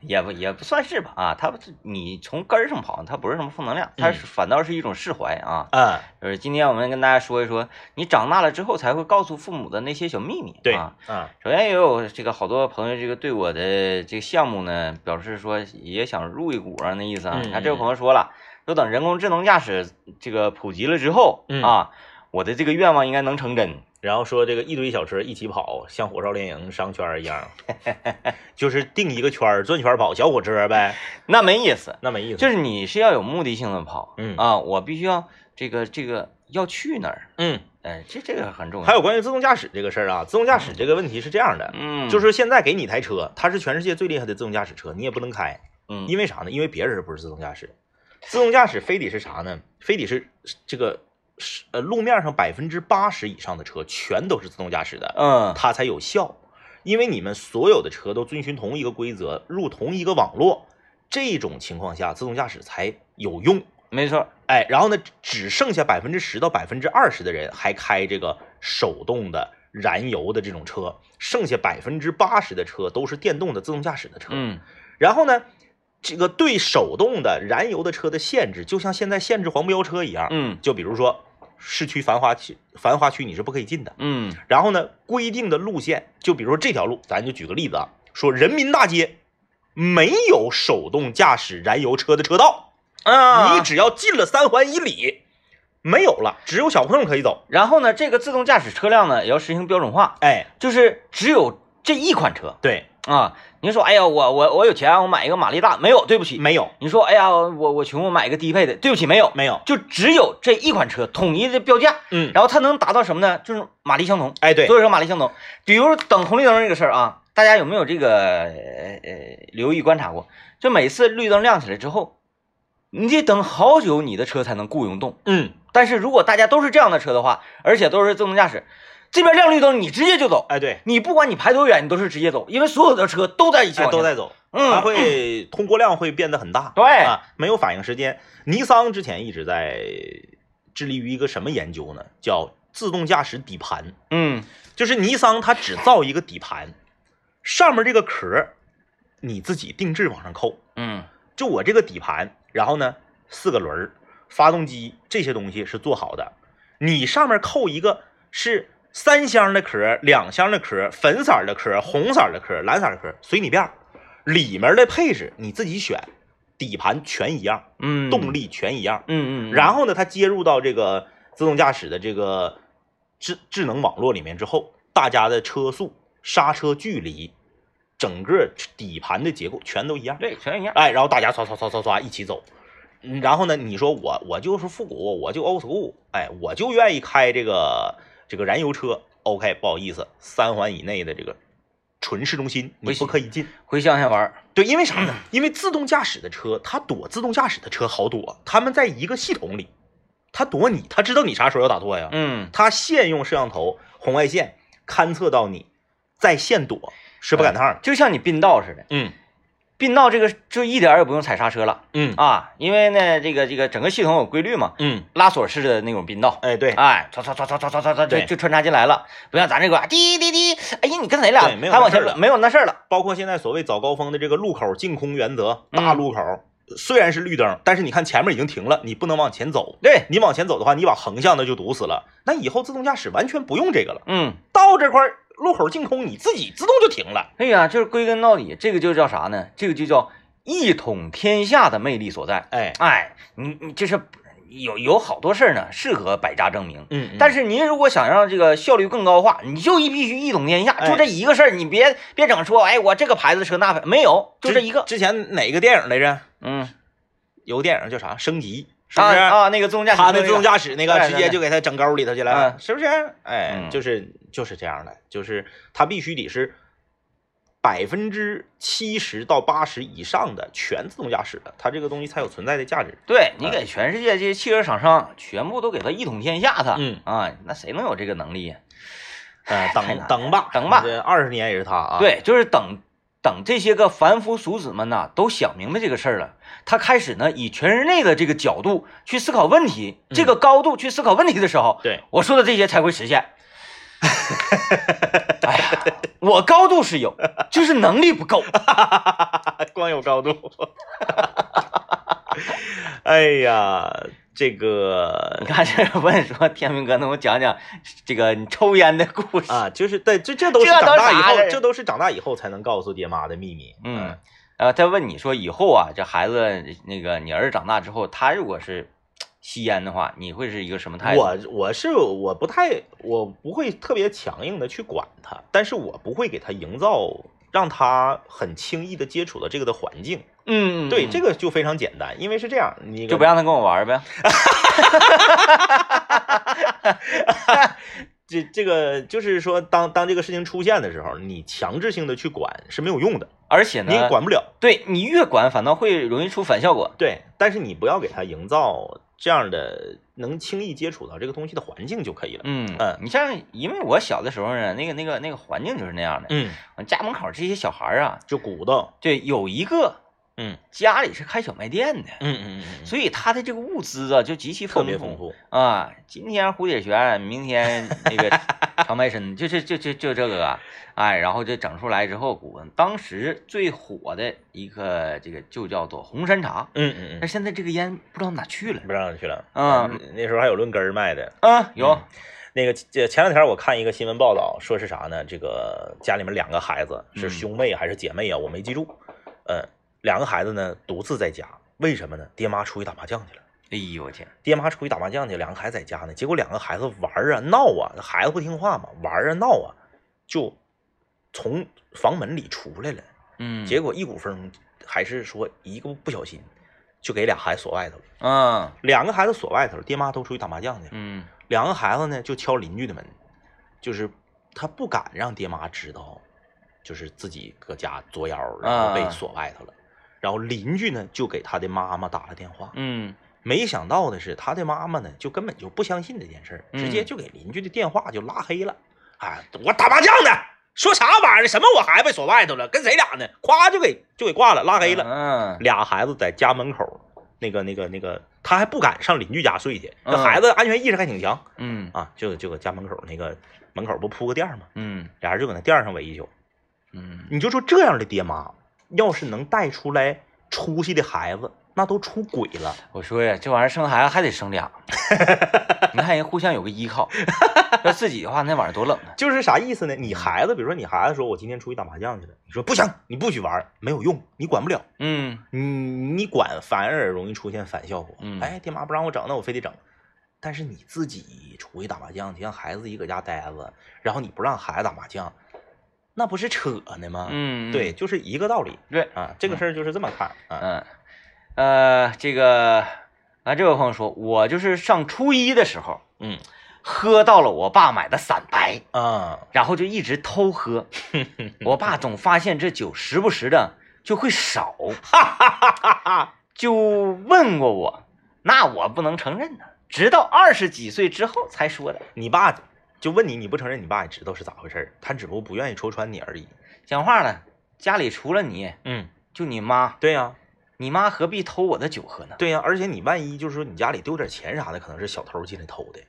S2: 也不也不算是吧啊，它不是你从根儿上跑，它不是什么负能
S1: 嗯
S2: 量，它是反倒是一种释怀啊。
S1: 啊，
S2: 就是今天我们跟大家说一说，你长大了之后才会告诉父母的那些小秘密。
S1: 对，
S2: 啊，
S1: 啊，
S2: 首先也有这个好多朋友这个对我的这个项目呢，表示说也想入一股啊，那意思啊。
S1: 嗯
S2: 那这位朋友说了，说等人工智能驾驶这个普及了之后、
S1: 嗯
S2: 啊，我的这个愿望应该能成真。
S1: 然后说这个一堆小车一起跑，像火烧连营商圈一 样，就是定一个圈儿转圈儿跑，小火车呗，
S2: 那没意思，
S1: 那没意思。
S2: 就是你是要有目的性的跑，
S1: 嗯
S2: 啊，我必须要这个这个要去哪儿，
S1: 嗯，
S2: 哎，这这个很重要。
S1: 还有关于自动驾驶这个事儿啊，自动驾驶这个问题是这样的，
S2: 嗯，
S1: 就是现在给你一台车，它是全世界最厉害的自动驾驶车，你也不能开，
S2: 嗯，
S1: 因为啥呢？因为别人不是自动驾驶，自动驾驶非得是啥呢？非得是这个是呃路面上百分之八十以上的车全都是自动驾驶的，
S2: 嗯
S1: 它才有效。因为你们所有的车都遵循同一个规则，入同一个网络，这种情况下自动驾驶才有用。
S2: 没错，
S1: 哎，然后呢，只剩下百分之十到百分之二十的人还开这个手动的燃油的这种车，剩下百分之八十的车都是电动的自动驾驶的车。
S2: 嗯
S1: 然后呢，这个对手动的燃油的车的限制，就像现在限制黄标车一样。
S2: 嗯
S1: 就比如说市区繁华区，繁华区你是不可以进的。
S2: 嗯
S1: 然后呢，规定的路线，就比如说这条路，咱就举个例子啊，说人民大街没有手动驾驶燃油车的车道，
S2: 啊，
S1: 你只要进了三环以里，没有了，只有小胡同可以走。
S2: 然后呢，这个自动驾驶车辆呢也要实行标准化，
S1: 哎，
S2: 就是只有这一款车，
S1: 对，
S2: 啊，你说，哎呀，我我我有钱，我买一个马力大，没有，对不起。
S1: 没有，
S2: 你说，哎呀，我我穷，我买一个低配的，对不起，没有，
S1: 没有，
S2: 就只有这一款车统一的标价，
S1: 嗯，
S2: 然后它能达到什么呢？就是马力相同，
S1: 哎，对
S2: 所，有车马力相同。比如等红绿灯这个事儿啊，大家有没有这个呃呃留意观察过？就每次绿灯亮起来之后，你得等好久，你的车才能雇佣动。
S1: 嗯，
S2: 但是如果大家都是这样的车的话，而且都是自动驾驶，这边亮绿灯你直接就走，
S1: 哎，对，
S2: 你不管你排多远，你都是直接走，因为所有的车都在一起
S1: 哎
S2: 往前
S1: 都在走，它
S2: 嗯，
S1: 会通过量会变得很大，
S2: 对
S1: 啊，没有反应时间。尼桑之前一直在致力于一个什么研究呢？叫自动驾驶底盘，
S2: 嗯
S1: 就是尼桑它只造一个底盘，上面这个壳儿你自己定制往上扣，
S2: 嗯
S1: 就我这个底盘，然后呢，四个轮儿、发动机这些东西是做好的。你上面扣一个是三箱的壳、两箱的壳、粉色儿的壳、红色儿的壳、蓝色儿的壳，随你便儿。里面的配置你自己选，底盘全一样，
S2: 嗯，
S1: 动力全一样。
S2: 嗯，嗯嗯，
S1: 然后呢，它接入到这个自动驾驶的这个智智能网络里面之后，大家的车速、刹车距离，整个底盘的结构全都一样。
S2: 对全一样，
S1: 哎，然后大家刷刷刷刷刷一起走。嗯然后呢，你说我我就是复古，我就 old school，哎，我就愿意开这个这个燃油车。OK，不好意思，三环以内的这个纯市中心
S2: 不
S1: 你不
S2: 行
S1: 可以进。
S2: 回乡下玩儿，
S1: 对，因为啥呢？因为自动驾驶的车，它躲自动驾驶的车好躲，他们在一个系统里，它躲你，它知道你啥时候要打舵呀，
S2: 嗯，
S1: 它现用摄像头红外线勘测到你在线躲，是不赶趟的。
S2: 就像你并道似的，
S1: 嗯
S2: 并道这个就一点儿也不用踩刹车了
S1: 嗯
S2: 啊，因为呢这个这个整个系统有规律嘛，
S1: 嗯，
S2: 拉锁式的那种并道。
S1: 哎对，
S2: 哎，唰唰唰唰唰唰唰唰，就
S1: 对
S2: 就穿插进来了，不像咱这个滴滴滴，哎呀，你跟谁俩？
S1: 对没有
S2: 还往
S1: 那事
S2: 前
S1: 儿
S2: 走
S1: 了
S2: 没有那事儿了。
S1: 包括现在所谓早高峰的这个路口净空原则，
S2: 嗯
S1: 大路口、虽然是绿灯，但是你看前面已经停了，你不能往前走。
S2: 对，
S1: 你往前走的话，你把横向的就堵死了。那以后自动驾驶完全不用这个了，
S2: 嗯，
S1: 到这块儿路口净空，你自己自动就停了。
S2: 哎呀，就是归根到底，这个就叫啥呢？这个就叫一统天下的魅力所在。
S1: 哎，
S2: 哎，你你这是有有好多事儿呢，适合百家争鸣。
S1: 嗯
S2: 但
S1: 是
S2: 是您如果想让这个效率更高化，你就一必须一统天下，
S1: 哎
S2: 就这一个事儿，你别别整说，哎，我这个牌子车那牌没有，就这一个。
S1: 之前哪个电影来着？
S2: 嗯，
S1: 有个电影叫啥？升级是
S2: 啊
S1: 不是？
S2: 啊，那个自动驾驶，
S1: 他那自动驾驶那
S2: 对
S1: 个
S2: 对
S1: 直接就给他整沟里头去了
S2: 嗯，
S1: 是不是？哎
S2: 嗯，
S1: 就是就是这样的，就是他必须得是百分之七十到八十以上的全自动驾驶的，它这个东西才有存在的价值。
S2: 对你给全世界这些汽车厂商全部都给他一统天下，他，
S1: 嗯
S2: 啊，那谁能有这个能力呀？
S1: 呃，
S2: 哎太难
S1: 等等吧，
S2: 等吧
S1: 这二十年也是他啊。，
S2: 对，就是等等这些个凡夫俗子们呐，都想明白这个事儿了，他开始呢以全人类的这个角度去思考问题，这个高度去思考问题的时候，
S1: 对
S2: 我说的这些才会实 现。哎呀，我高度是有，就是能力不够。
S1: 光有高度。 哎呀，这个
S2: 你看这个问说，天明哥，能给我讲讲这个你抽烟的故事？
S1: 啊，就是对，这这都是
S2: 这都
S1: 长大以
S2: 啥呀
S1: 后，这都是长大以后才能告诉爹妈的秘密。
S2: 嗯，呃，他问你说以后啊，这孩子那个你儿子长大之后，他如果是吸烟的话，你会是一个什么态度？
S1: 我我是我不太我不会特别强硬的去管他，但是我不会给他营造让他很轻易的接触到这个的环境。
S2: 嗯，
S1: 对，
S2: 嗯
S1: 这个就非常简单，因为是这样，你
S2: 就不让他跟我玩儿呗。
S1: 这这个就是说，当当这个事情出现的时候，你强制性的去管是没有用的，
S2: 而且
S1: 你也
S2: 呢，
S1: 管不了。
S2: 对你越管反倒会容易出反效果。
S1: 对，但是你不要给他营造这样的能轻易接触到这个东西的环境就可以了。
S2: 嗯
S1: 嗯
S2: 你像因为我小的时候呢，那个那个那个环境就是那样的。
S1: 嗯，
S2: 我家门口这些小孩儿啊，
S1: 就鼓捣。
S2: 对，有一个
S1: 嗯
S2: 家里是开小卖店的，
S1: 嗯嗯嗯嗯，
S2: 所以他的这个物资啊就极其
S1: 特
S2: 丰
S1: 别丰
S2: 富
S1: 富。
S2: 啊。今天蝴蝶泉，明天那 个长白山，就就就就就这个啊，哎，然后就整出来之后，我当时最火的一个这个就叫做红山茶，
S1: 嗯嗯嗯
S2: 但。现在这个烟不知道哪去了。
S1: 不让去了。
S2: 啊
S1: 嗯，那时候还有论根儿卖的。嗯
S2: 啊，有，
S1: 那个前前两天我看一个新闻报道，说是啥呢？这个家里面两个孩子
S2: 嗯
S1: 是兄妹还是姐妹啊？我没记住。呃，两个孩子呢独自在家，为什么呢？爹妈出去打麻将去了。
S2: 哎呦我天，
S1: 爹妈出去打麻将去，两个孩子在家呢。结果两个孩子玩儿啊闹啊，孩子不听话嘛，玩儿啊闹啊，就从房门里出来了，
S2: 嗯，
S1: 结果一股风还是说一个不小心就给俩孩子锁外头了，
S2: 啊，
S1: 两个孩子锁外头了，爹妈都出去打麻将去了，
S2: 嗯
S1: 两个孩子呢就敲邻居的门，就是他不敢让爹妈知道，就是自己搁家作妖，然后被
S2: 啊
S1: 锁外头了。然后邻居呢就给他的妈妈打了电话，
S2: 嗯
S1: 没想到的是，他的妈妈呢，就根本就不相信这件事儿，直接
S2: 嗯
S1: 就给邻居的电话就拉黑了。哎，我打麻将呢，说啥玩意儿？什么我孩子被锁外头了，跟谁俩呢？咵就给就给挂了，拉黑了。
S2: 嗯
S1: 俩孩子在家门口，那个那个那个，他还不敢上邻居家睡去，这
S2: 嗯
S1: 孩子安全意识还挺强
S2: 嗯
S1: 啊，就就搁家门口那个门口不铺个垫儿吗？
S2: 嗯
S1: 俩人就搁那垫儿上围一宿。
S2: 嗯，
S1: 你就说这样的爹妈，要是能带出来出息的孩子，那都出轨了。
S2: 我说呀，这玩意儿生孩子还得生 俩，你看人互相有个依 靠，要自己的话那晚上多冷啊，
S1: 就是啥意思呢？你孩子，比如说你孩子说，我今天出去打麻将去了，你说不行，你不许玩儿，没有用，你管不了，
S2: 嗯
S1: 你你管反而容易出现反效果。
S2: 嗯
S1: 哎，爹妈不让我整，那我非得整。但是你自己出去打麻将，你让孩子自己搁家待着，然后你不让孩子打麻将，那不是扯呢吗？，
S2: 嗯，嗯
S1: 对，就是一个道理
S2: 对，
S1: 啊。这个事儿就是这么看啊。
S2: 嗯，呃，这个啊，这位朋友说，我就是上初一的时候
S1: 嗯
S2: 喝到了我爸买的散白，
S1: 啊，
S2: 然后就一直 偷喝，我爸总发现这酒时不时的就 会少，就问过我，那我不能承认呢、直到二十几岁之后才说的。
S1: 你爸就问你，你不承认，你爸也知道是咋回事儿，他只不过不愿意戳穿你而已。
S2: 讲话了，家里除了你
S1: 嗯，
S2: 就你妈，
S1: 对呀、
S2: 你妈何必偷我的酒喝呢？
S1: 对呀、而且你万一就是说你家里丢点钱啥的，可能是小偷进来偷的，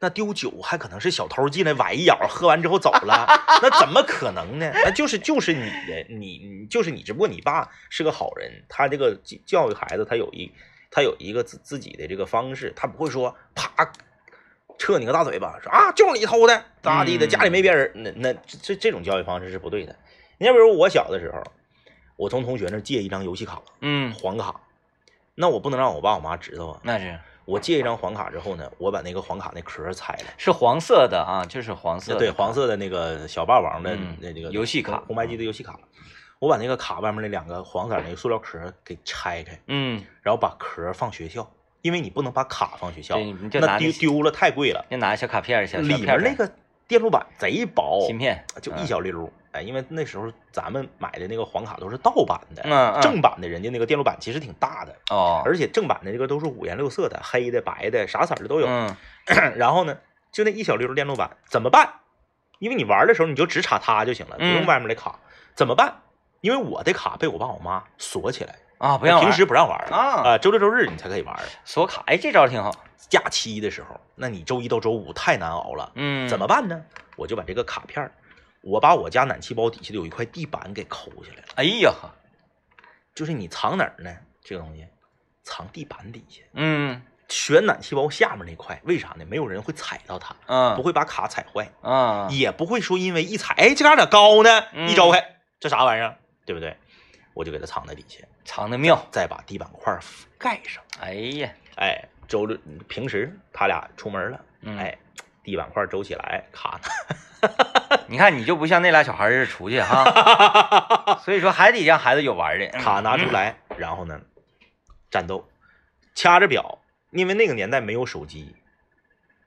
S1: 那丢酒还可能是小偷进来崴一咬，喝完之后走了，那怎么可能呢？那就是就是你的，你你就是你，只不过你爸是个好人，他这个教教育孩子，他有一他有一个自自己的这个方式，他不会说啪。撤你个大嘴巴，说啊，就是你偷的，咋地的？
S2: 嗯
S1: 家里没别人，那那这这这种教育方式是不对的。你要比如我小的时候，我从同学那儿借一张游戏卡，
S2: 嗯，
S1: 黄卡，那我不能让我爸我妈知道啊。
S2: 那是
S1: 我借一张黄卡之后呢，我把那个黄卡那壳儿拆了，
S2: 是黄色的啊，就是黄色的，
S1: 对，黄色的那个小霸王的
S2: 嗯
S1: 那那个
S2: 游戏卡嗯
S1: 红红白机的游戏卡，我把那个卡外面那两个黄色那个塑料壳儿给拆开，
S2: 嗯，
S1: 然后把壳儿放学校，因为你不能把卡放学校，
S2: 对你就拿
S1: 那
S2: 那
S1: 丢
S2: 些
S1: 丢了太贵了。
S2: 就拿小卡片儿，小小
S1: 里
S2: 片
S1: 面
S2: 儿嗯
S1: 那个哦电路板贼薄，
S2: 芯片，
S1: 就一小粒儿。哎，因为那时候咱们买的那个黄卡都是盗版的，
S2: 嗯嗯，
S1: 正版的人家那个电路板其实挺大的，
S2: 哦，
S1: 而且正版的这个都是五颜六色的，黑的、白的，啥色儿的都有。
S2: 嗯
S1: 然后呢，就那一小溜儿电路板怎么办？因为你玩的时候你就只插它就行了，不
S2: 嗯
S1: 用外面的卡。怎么办？因为我的卡被我爸我妈锁起来，
S2: 啊，不让玩
S1: 平
S2: 儿
S1: 时不让玩儿
S2: 啊
S1: 呃周六周日你才可以玩儿。
S2: 锁卡，哎，这招挺好，
S1: 假期的时候，那你周一到周五太难熬了，
S2: 嗯，
S1: 怎么办呢？我就把这个卡片儿，我把我家暖气包底下的有一块地板给抠下来了。
S2: 哎呀，
S1: 就是你藏哪儿呢？这个东西藏地板底下。
S2: 嗯
S1: 旋暖气包下面那块，为啥呢？没有人会踩到它，
S2: 嗯，
S1: 不会把卡踩坏，
S2: 啊，
S1: 也不会说因为一踩，哎，这嘎咋高呢？
S2: 嗯
S1: 一招开，这啥玩意儿？对不对？我就给它藏在底下，
S2: 藏的妙，
S1: 再把地板块覆盖上。
S2: 哎呀，
S1: 哎，周六平时他俩出门了，
S2: 嗯，
S1: 哎，地板块周起来，卡呢。
S2: 你看你就不像那俩小孩儿似的出去哈， 所以说还得让孩子有玩儿的，嗯
S1: 卡拿出来，然后呢，战斗，掐着表，因为那个年代没有手机，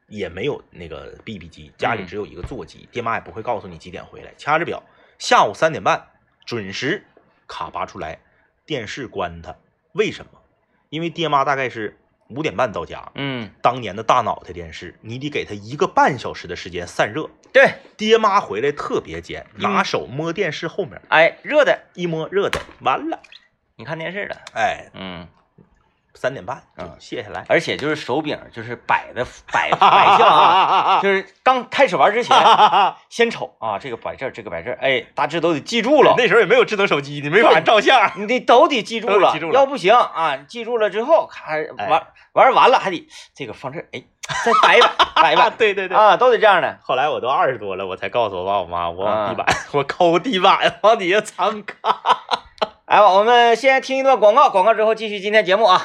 S1: 也没有那个 BB 机，家里
S2: 嗯
S1: 只有一个座机，爹妈也不会告诉你几点回来。掐着表，下午三点半准时，卡拔出来，电视关它。为什么？因为爹妈大概是五点半到家。
S2: 嗯，
S1: 当年的大脑袋电视，你得给他一个半小时的时间散热。
S2: 对，
S1: 爹妈回来特别尖，
S2: 嗯
S1: 拿手摸电视后面，
S2: 哎，热的，
S1: 一摸热的，完了，
S2: 你看电视了，
S1: 哎，
S2: 嗯，
S1: 三点半就
S2: 啊
S1: 卸下来。
S2: 而且就是手柄就是摆的摆摆 向啊，就是刚开始玩之前先瞅啊，这个摆这儿，这个摆这儿，哎，大致都得记住了。
S1: 那时候也没有智能手机，你没法
S2: 对
S1: 照相。
S2: 你得都得记住
S1: 都得
S2: 了，
S1: 记住了
S2: 要不行啊！记住了之后，还
S1: 哎
S2: 玩、玩完了还得这个放这儿，哎，再摆一摆， 摆一
S1: 啊，
S2: 摆
S1: 对对对。
S2: 啊，都得这样的。
S1: 后来我都二十多了，我才告诉我爸我妈，我往
S2: 啊
S1: 地板， 我抠地板，往底下藏卡。
S2: 来，哎我们先听一段广告，广告之后继续今天节目啊。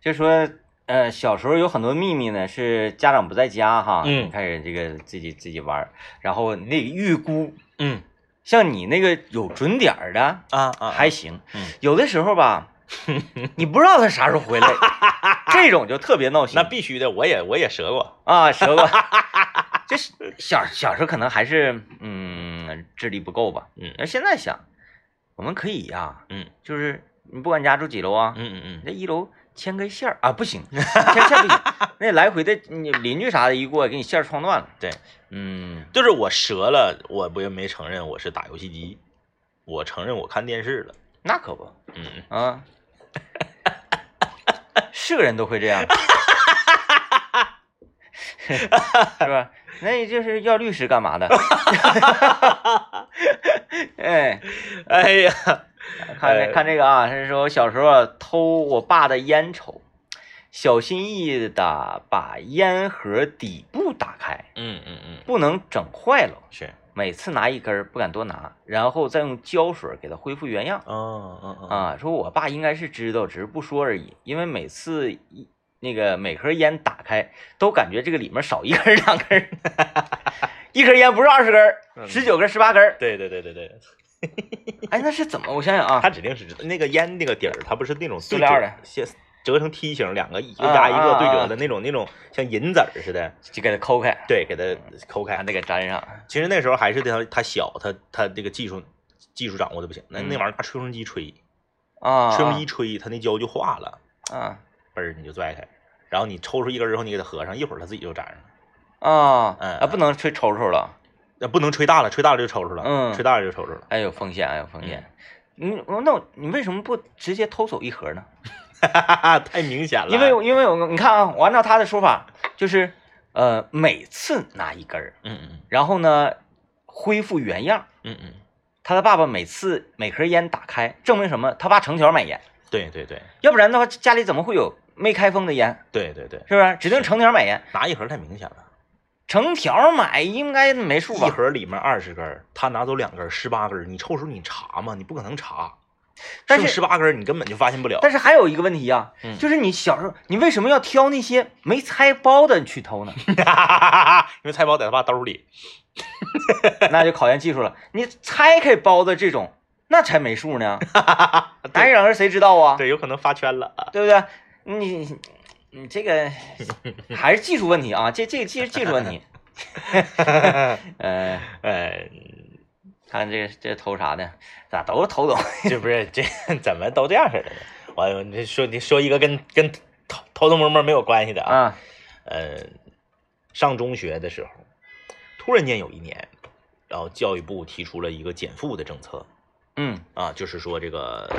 S2: 就说，呃，小时候有很多秘密呢，是家长不在家哈，
S1: 嗯
S2: 你开始这个自己自己玩儿，然后你得预估
S1: 嗯，
S2: 像你那个有准点儿的
S1: 啊啊，
S2: 还行
S1: 嗯，
S2: 有的时候 吧，你不知道他啥时候回来，这种就特别闹心
S1: 那必须的，我也我也折过，
S2: 啊，舌头。就是小小时候可能还是嗯智力不够吧，
S1: 嗯
S2: 而现在想，我们可以呀、
S1: 嗯
S2: 就是你不管家住几楼啊，
S1: 嗯嗯
S2: 你这一楼牵根线儿啊，不行，牵线不行，那来回的你邻居啥的一过，给你线儿撞断了。
S1: 对，
S2: 嗯
S1: 嗯，就是我折了，我不也没承认我是打游戏机，我承认我看电视了，
S2: 那可不
S1: 嗯，
S2: 啊，是个人都会这样，是吧？那就是要律师干 嘛的？ 哎，
S1: 哎呀，
S2: 看这
S1: 呃
S2: 看这个啊，是说我小时候啊偷我爸的烟抽，小心翼翼的把烟盒底部打开，
S1: 嗯嗯嗯，
S2: 不能整坏了。
S1: 是，
S2: 每次拿一根儿不敢多拿，然后再用胶水给它恢复原样。
S1: 哦嗯嗯，
S2: 啊，说我爸应该是知道，只是不说而已。因为每次一那个每盒烟打开，都感觉这个里面少一根儿、两根儿， 一根烟不是二十根儿，
S1: 嗯
S2: 十九根儿、十八根儿。
S1: 对对对对对，
S2: 哎，那是怎么？我想想啊，
S1: 他指定是知道那个烟那个底儿，它不是那种
S2: 塑料的，
S1: 先折成梯形，两个一个压一个对折
S2: 啊啊
S1: 的那种那种像银子儿似的，
S2: 就给它抠开，
S1: 对，给它抠开
S2: 把。它给粘上。
S1: 其实那时候还是他他小，他他这个技术技术掌握的不行，那
S2: 嗯
S1: 那玩意儿拿吹风机吹，
S2: 啊，
S1: 吹风机吹，它那胶就化了，
S2: 啊
S1: 嘣儿你就拽开，然后你抽出一根儿之后，你给它合上，一会儿它自己就粘上了。
S2: 啊
S1: 嗯
S2: 啊，
S1: 嗯
S2: 不能吹抽抽了，
S1: 那不能吹大了，吹大了就抽出了，
S2: 嗯
S1: 吹大了就抽出了。
S2: 哎，有风险，哎，有风险。你我那我你为什么不直接偷走一盒呢？
S1: 哈哈哈，太明显了。
S2: 因为我因为我你看啊，我按照他的说法，就是呃每次拿一根儿，
S1: 嗯嗯
S2: 然后呢恢复原样。
S1: 嗯嗯，
S2: 他的爸爸每次每盒烟打开，证明什么？他爸成条买烟，
S1: 对对对
S2: 要不然的话家里怎么会有没开封的烟？
S1: 对对对，
S2: 是不是？指定成条买烟，
S1: 拿一盒太明显了，
S2: 成条买应该没数
S1: 一
S2: 吧？
S1: 盒里面二十根儿，他拿走两根儿，十八根儿，你抽时候你查吗？你不可能查，
S2: 但是
S1: 十八根儿你根本就发现不了。
S2: 但是还有一个问题呀、
S1: 嗯
S2: 就是你小时候你为什么要挑那些没拆包的去 偷呢？
S1: 因为菜包在他爸兜里。
S2: 那就考验技术了。你拆开包的这种，那才没数 呢。拿一两根谁知道啊？
S1: 对，有可能发圈 了啊。
S2: 对不对？你你这 个还是技术问题啊，这这个技技术问题。呃，
S1: 哎，
S2: 看这个这偷啥的，咋都偷走？
S1: 这不是这怎么都这样式的呢？我你说你说一个跟跟偷偷偷摸摸没有关系的啊。
S2: 啊
S1: 呃，上中学的时候，突然间有一年，然后教育部提出了一个减负的政策
S2: 嗯
S1: 啊，就是说这个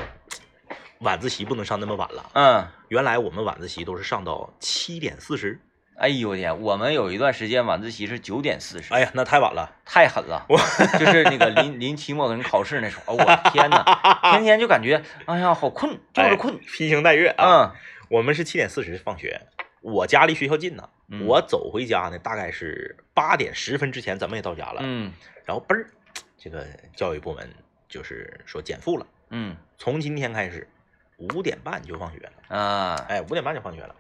S1: 晚自习不能上那么晚了。
S2: 嗯，
S1: 原来我们晚自习都是上到七点四十，
S2: 哎呦我天，我们有一段时间晚自习是九点四十，
S1: 哎呀，那太晚了。
S2: 太狠了，就是那个 临临期末跟考试那时候，哦我天呐，天天就感觉哎呀好困，就是困
S1: 哎，披星戴月啊。
S2: 嗯
S1: 我们是七点四十放学，我家离学校近呢，
S2: 嗯
S1: 我走回家呢大概是八点十分之前，咱们也到家了。
S2: 嗯
S1: 然后嘣儿，这个教育部门就是说减负了，
S2: 嗯
S1: 从今天开始五点半就放学了。
S2: 啊
S1: 哎，五点半就放学了。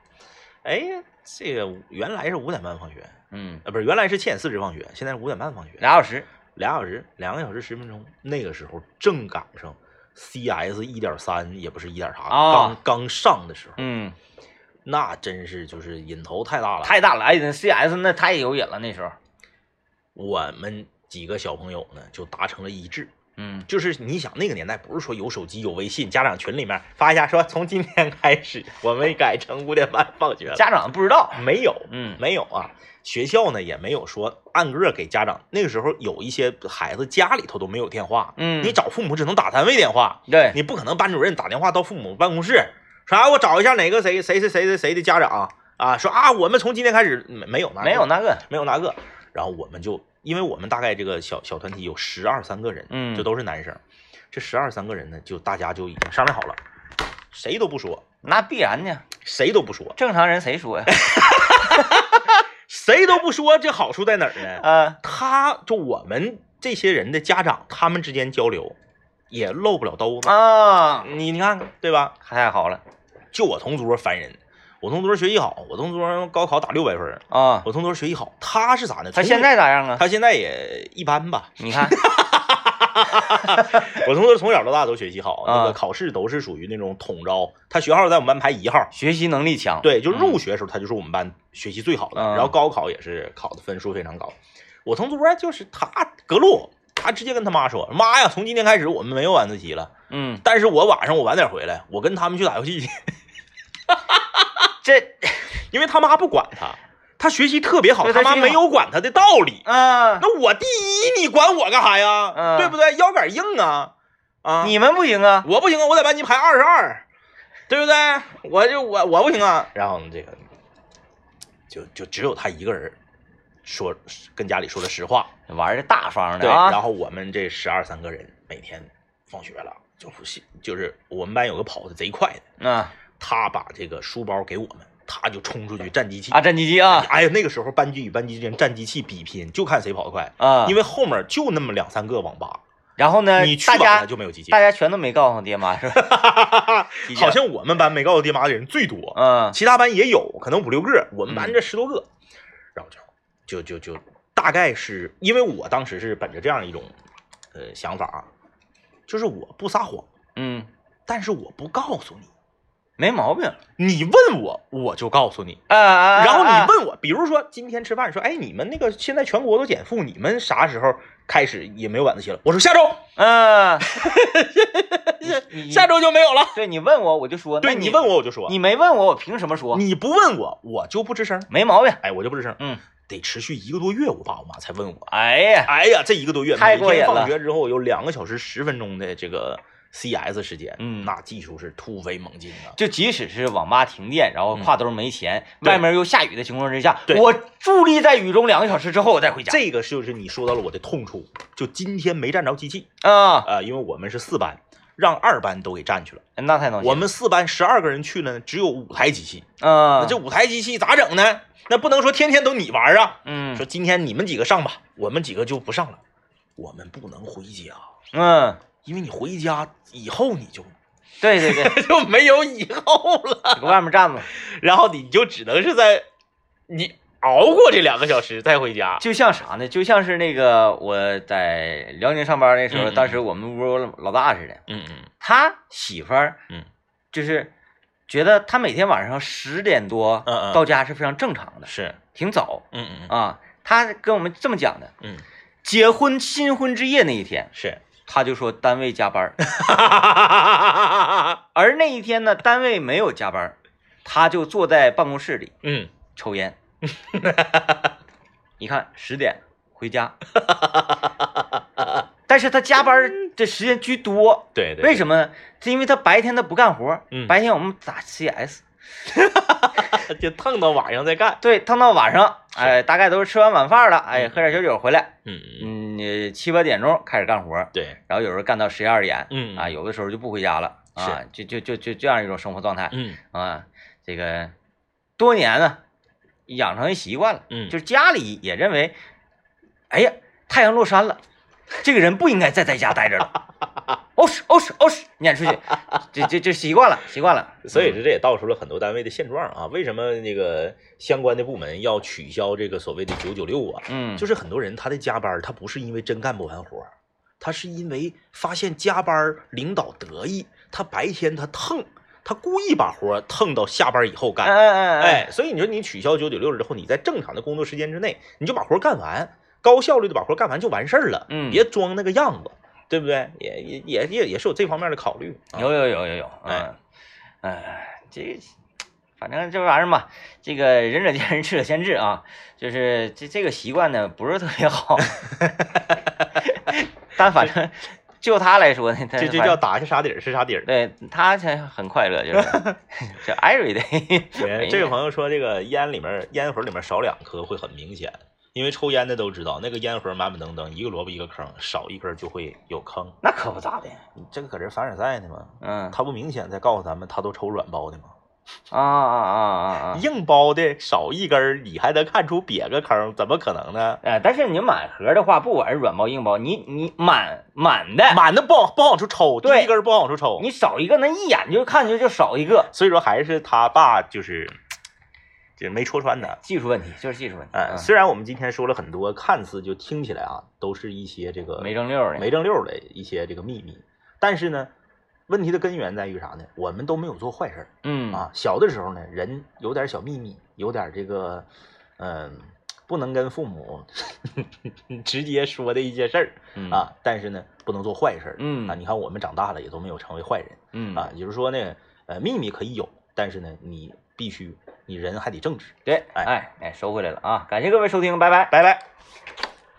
S1: 哎呀，这个原来是五点半放学，
S2: 嗯，
S1: 呃，不是原来是七点四十放学，现在是五点半放学，
S2: 俩小时，
S1: 俩小时，两个小时十分钟。那个时候正赶上 CS 一点三，也不是一点啥，
S2: 啊
S1: 刚刚上的时候。
S2: 嗯，
S1: 那真是就是瘾头太大了。
S2: 太大了，哎那，CS 那太有瘾了那时候，
S1: 我们几个小朋友呢，就达成了一致，
S2: 嗯
S1: 就是你想那个年代不是说有手机有微信，家长群里面发一下说从今天开始我们改成五点半放学了，
S2: 家长不知道，
S1: 没有。
S2: 嗯
S1: 没有啊，学校呢也没有说按个给家长。那个时候有一些孩子家里头都没有电话，
S2: 嗯，
S1: 你找父母只能打单位电话，
S2: 对，
S1: 你不可能班主任打电话到父母办公室，说啊我找一下哪个谁谁谁谁谁谁的家长啊，说啊我们从今天开始没没有那个
S2: 没有那个，
S1: 没有那个。然后我们就，因为我们大概这个小小团体有十二三个人，
S2: 嗯
S1: 这都是男生。这十二三个人呢，就大家就已经商量好了，谁都不说，
S2: 那必然呢，
S1: 谁都不说，
S2: 正常人谁说呀？
S1: 谁都不说。这好处在哪儿呢？
S2: 啊，
S1: 他就我们这些人的家长，他们之间交流也漏不了兜子。
S2: 啊，
S1: 你你看看，对吧？
S2: 太好了
S1: 就我同桌烦人，我同桌学习好，我同桌高考打六百分儿，
S2: 啊！
S1: 我同桌学习好，他是咋呢？
S2: 他
S1: 从
S2: 现在咋样啊？
S1: 他现在也一般吧，
S2: 你看，
S1: 我同学从小到大都学习好，那
S2: 啊
S1: 个考试都是属于那种统招，他学号在我们班排一号。
S2: 学习能力强，
S1: 对，就入学的时候他就是我们班学习最好的，
S2: 嗯
S1: 然后高考也是考的分数非常高。我同桌就是他隔路，他直接跟他妈说：“妈呀，从今天开始我们没有晚自习了，
S2: 嗯，
S1: 但是我晚上我晚点回来，我跟他们去打游戏去，
S2: 这
S1: 因为他妈不管他，他学习特别好，
S2: 对
S1: 他
S2: 他
S1: 妈
S2: 学习
S1: 没
S2: 好
S1: 有管他的道理。
S2: 啊，
S1: 那我第一，你管我干啥呀？
S2: 嗯
S1: 对不对？腰杆硬啊，啊，
S2: 你们不行啊，
S1: 我不行啊，我在班级排二十二，对不对？我就我我不行啊。然后这个就就只有他一个人说跟家里说的实话，
S2: 玩的大方
S1: 对。
S2: 的啊，
S1: 然后我们这十二三个人每天放学了就是就是我们班有个跑的贼快的，
S2: 啊
S1: 他把这个书包给我们，他就冲出去站机器
S2: 啊，。战机机啊
S1: 哎呀，那个时候班级与班级之间站机器比拼，就看谁跑得快。
S2: 啊，
S1: 因为后面就那么两三个网吧，
S2: 然后呢，
S1: 你去
S2: 大
S1: 晚
S2: 家
S1: 了就没有机器
S2: 大。家全都没告诉爹妈是吧？提 前
S1: 好像我们班没告诉爹妈的人最多，
S2: 嗯
S1: 其他班也有可能五六个，我们班这十多个，然后就就就就大概是因为我当时是本着这样一种呃想法啊，就是我不撒谎，
S2: 嗯，
S1: 但是我不告诉你，
S2: 没毛病
S1: 你问我我就告诉你。
S2: 啊啊，啊
S1: 然后
S2: 啊
S1: 你问我，比如说今天吃饭，说，哎，你们那个现在全国都减负，你们啥时候开始也没有晚自习了？我说下周，
S2: 嗯，你你
S1: 下周就没有了。
S2: 对你问我，我就说，
S1: 对
S2: 那
S1: 你
S2: 你
S1: 问，我，我就说，
S2: 你没问我，我凭什么说？
S1: 你不问我，我就不吱声。
S2: 没毛病。
S1: 哎，我就不吱声。
S2: 嗯，
S1: 得持续一个多月，我爸我妈才问我。
S2: 哎呀，
S1: 哎呀，这一个多月，
S2: 太
S1: 每
S2: 过瘾
S1: 天
S2: 了
S1: 放学之后有两个小时十分钟的这个 CS 时间，
S2: 嗯
S1: 那技术是突飞猛进啊。
S2: 就即使是网吧停电，然后挎兜没钱，
S1: 嗯对
S2: 外面又下雨的情况之下，
S1: 对
S2: 我伫立在雨中两个小时之后，我再回家。
S1: 这个就是你说到了我的痛处，就今天没占着机器
S2: 啊，
S1: 啊、呃因为我们是四班，让二班都给占去了。
S2: 那太闹心了。
S1: 我们四班十二个人去了呢，只有五台机器，
S2: 啊
S1: 那，这五台机器咋整呢？那不能说天天都你玩啊，
S2: 嗯
S1: 说今天你们几个上吧，我们几个就不上了，我们不能回家，
S2: 嗯，
S1: 因为你回家以后你就
S2: 对对对，
S1: 就没有以后了，
S2: 搁外面站着，
S1: 然后你就只能是在你熬过这两个小时再回家。
S2: 就像啥呢？就像是那个我在辽宁上班的时候，
S1: 嗯嗯
S2: 当时我们屋老大似的，
S1: 嗯嗯
S2: 他媳妇儿，
S1: 嗯，
S2: 就是觉得他每天晚上十点多
S1: 嗯嗯
S2: 到家是非常正常的，
S1: 是，
S2: 挺早
S1: 嗯嗯嗯
S2: 啊。他跟我们这么讲的，
S1: 嗯
S2: 结婚新婚之夜那一天，
S1: 是，
S2: 他就说单位加 班儿，
S1: 哈哈哈哈哈哈哈
S2: 而那一天呢，单位没有加班儿，他就坐在办公室里
S1: 嗯，
S2: 抽 烟。一看十点回家，但是他加班儿的时间居多，
S1: 对对，
S2: 为什么呢？是因为他白天他不干活，
S1: 嗯
S2: 白天我们打 CS，
S1: 么就蹭到晚上再干？
S2: 对，躺到晚上，哎，大概都是吃完晚饭了，哎，
S1: 嗯
S2: 喝点小酒回来，
S1: 嗯嗯，
S2: 嗯，呃七八点钟开始干活，
S1: 对，
S2: 然后有时候干到十一二点，
S1: 嗯
S2: 啊，有的时候就不回家了，啊，就就就就这样一种生活状态
S1: 嗯
S2: 啊，这个多年呢养成习惯了，
S1: 嗯
S2: 就是家里也认为，哎呀，太阳落山了，这个人不应该再在家待着了，哦是哦是哦是，撵出去，这这这习惯了习惯了，嗯
S1: 所以说这也道出了很多单位的现状啊。为什么那个相关的部门要取消这个所谓的九九六啊？
S2: 嗯，
S1: 就是很多人他的加班儿，他不是因为真干不完活儿，他是因为发现加班儿领导得意，他白天他腾，他故意把活儿腾到下班以后
S2: 哎
S1: 干。
S2: 哎哎哎，
S1: 哎，所以你说你取消九九六之后，你在正常的工作时间之内，你就把活儿干完，高效率的把活儿干完就完事儿了，
S2: 嗯
S1: 别装那个样子，对不对？也也也也也是有这方面的考虑。啊
S2: 有有有有有，
S1: 哎
S2: 嗯，哎，这反正这玩意儿嘛，这个仁者见仁，智者见智啊，就是这这个习惯呢不是特 别好，但反正就他来说呢，他
S1: 这这
S2: 哎反
S1: 叫
S2: 正
S1: 打下啥底儿是啥底儿。
S2: 对他才很快乐， 就是这 every day，
S1: 对，哎这位朋友说，这个烟里面烟盒里面少两颗会很明显，因为抽烟的都知道，那个烟盒满满登登，一个萝卜一个坑，少一根就会有坑。
S2: 那可不咋的，
S1: 你这个搁这凡尔赛呢吗？
S2: 嗯
S1: 他不明显在告诉咱们，他都抽软包的吗？
S2: 啊啊啊啊啊，
S1: 硬包的少一根儿，你还能看出瘪个坑，怎么可能呢？
S2: 哎，但是你满盒的话，不管是软包硬包，你你满满的，
S1: 满的不往不往出抽，第
S2: 对
S1: 一根儿不往出抽。
S2: 你少一个，那一眼就看就就少一个。
S1: 所以说还是他爸就是这没戳穿他。
S2: 技术问题就是技术问题，
S1: 嗯，虽然我们今天说了很多，看似就听起来啊，都是一些这个
S2: 没正六的，
S1: 没正六的一些这个秘密，但是呢，问题的根源在于啥呢？我们都没有做坏事儿
S2: 嗯
S1: 啊。小的时候呢，人有点小秘密，有点这个，嗯、不能跟父母 直接说的一些事儿
S2: 嗯
S1: 啊，但是呢，不能做坏事儿，
S2: 嗯
S1: 啊。你看我们长大了也都没有成为坏人
S2: 嗯
S1: 啊，也就是说呢，呃，秘密可以有，但是呢，你必须你人还得正直。
S2: 对，
S1: 哎
S2: 哎哎，收回来了啊！感谢各位收听，拜拜。
S1: 拜拜。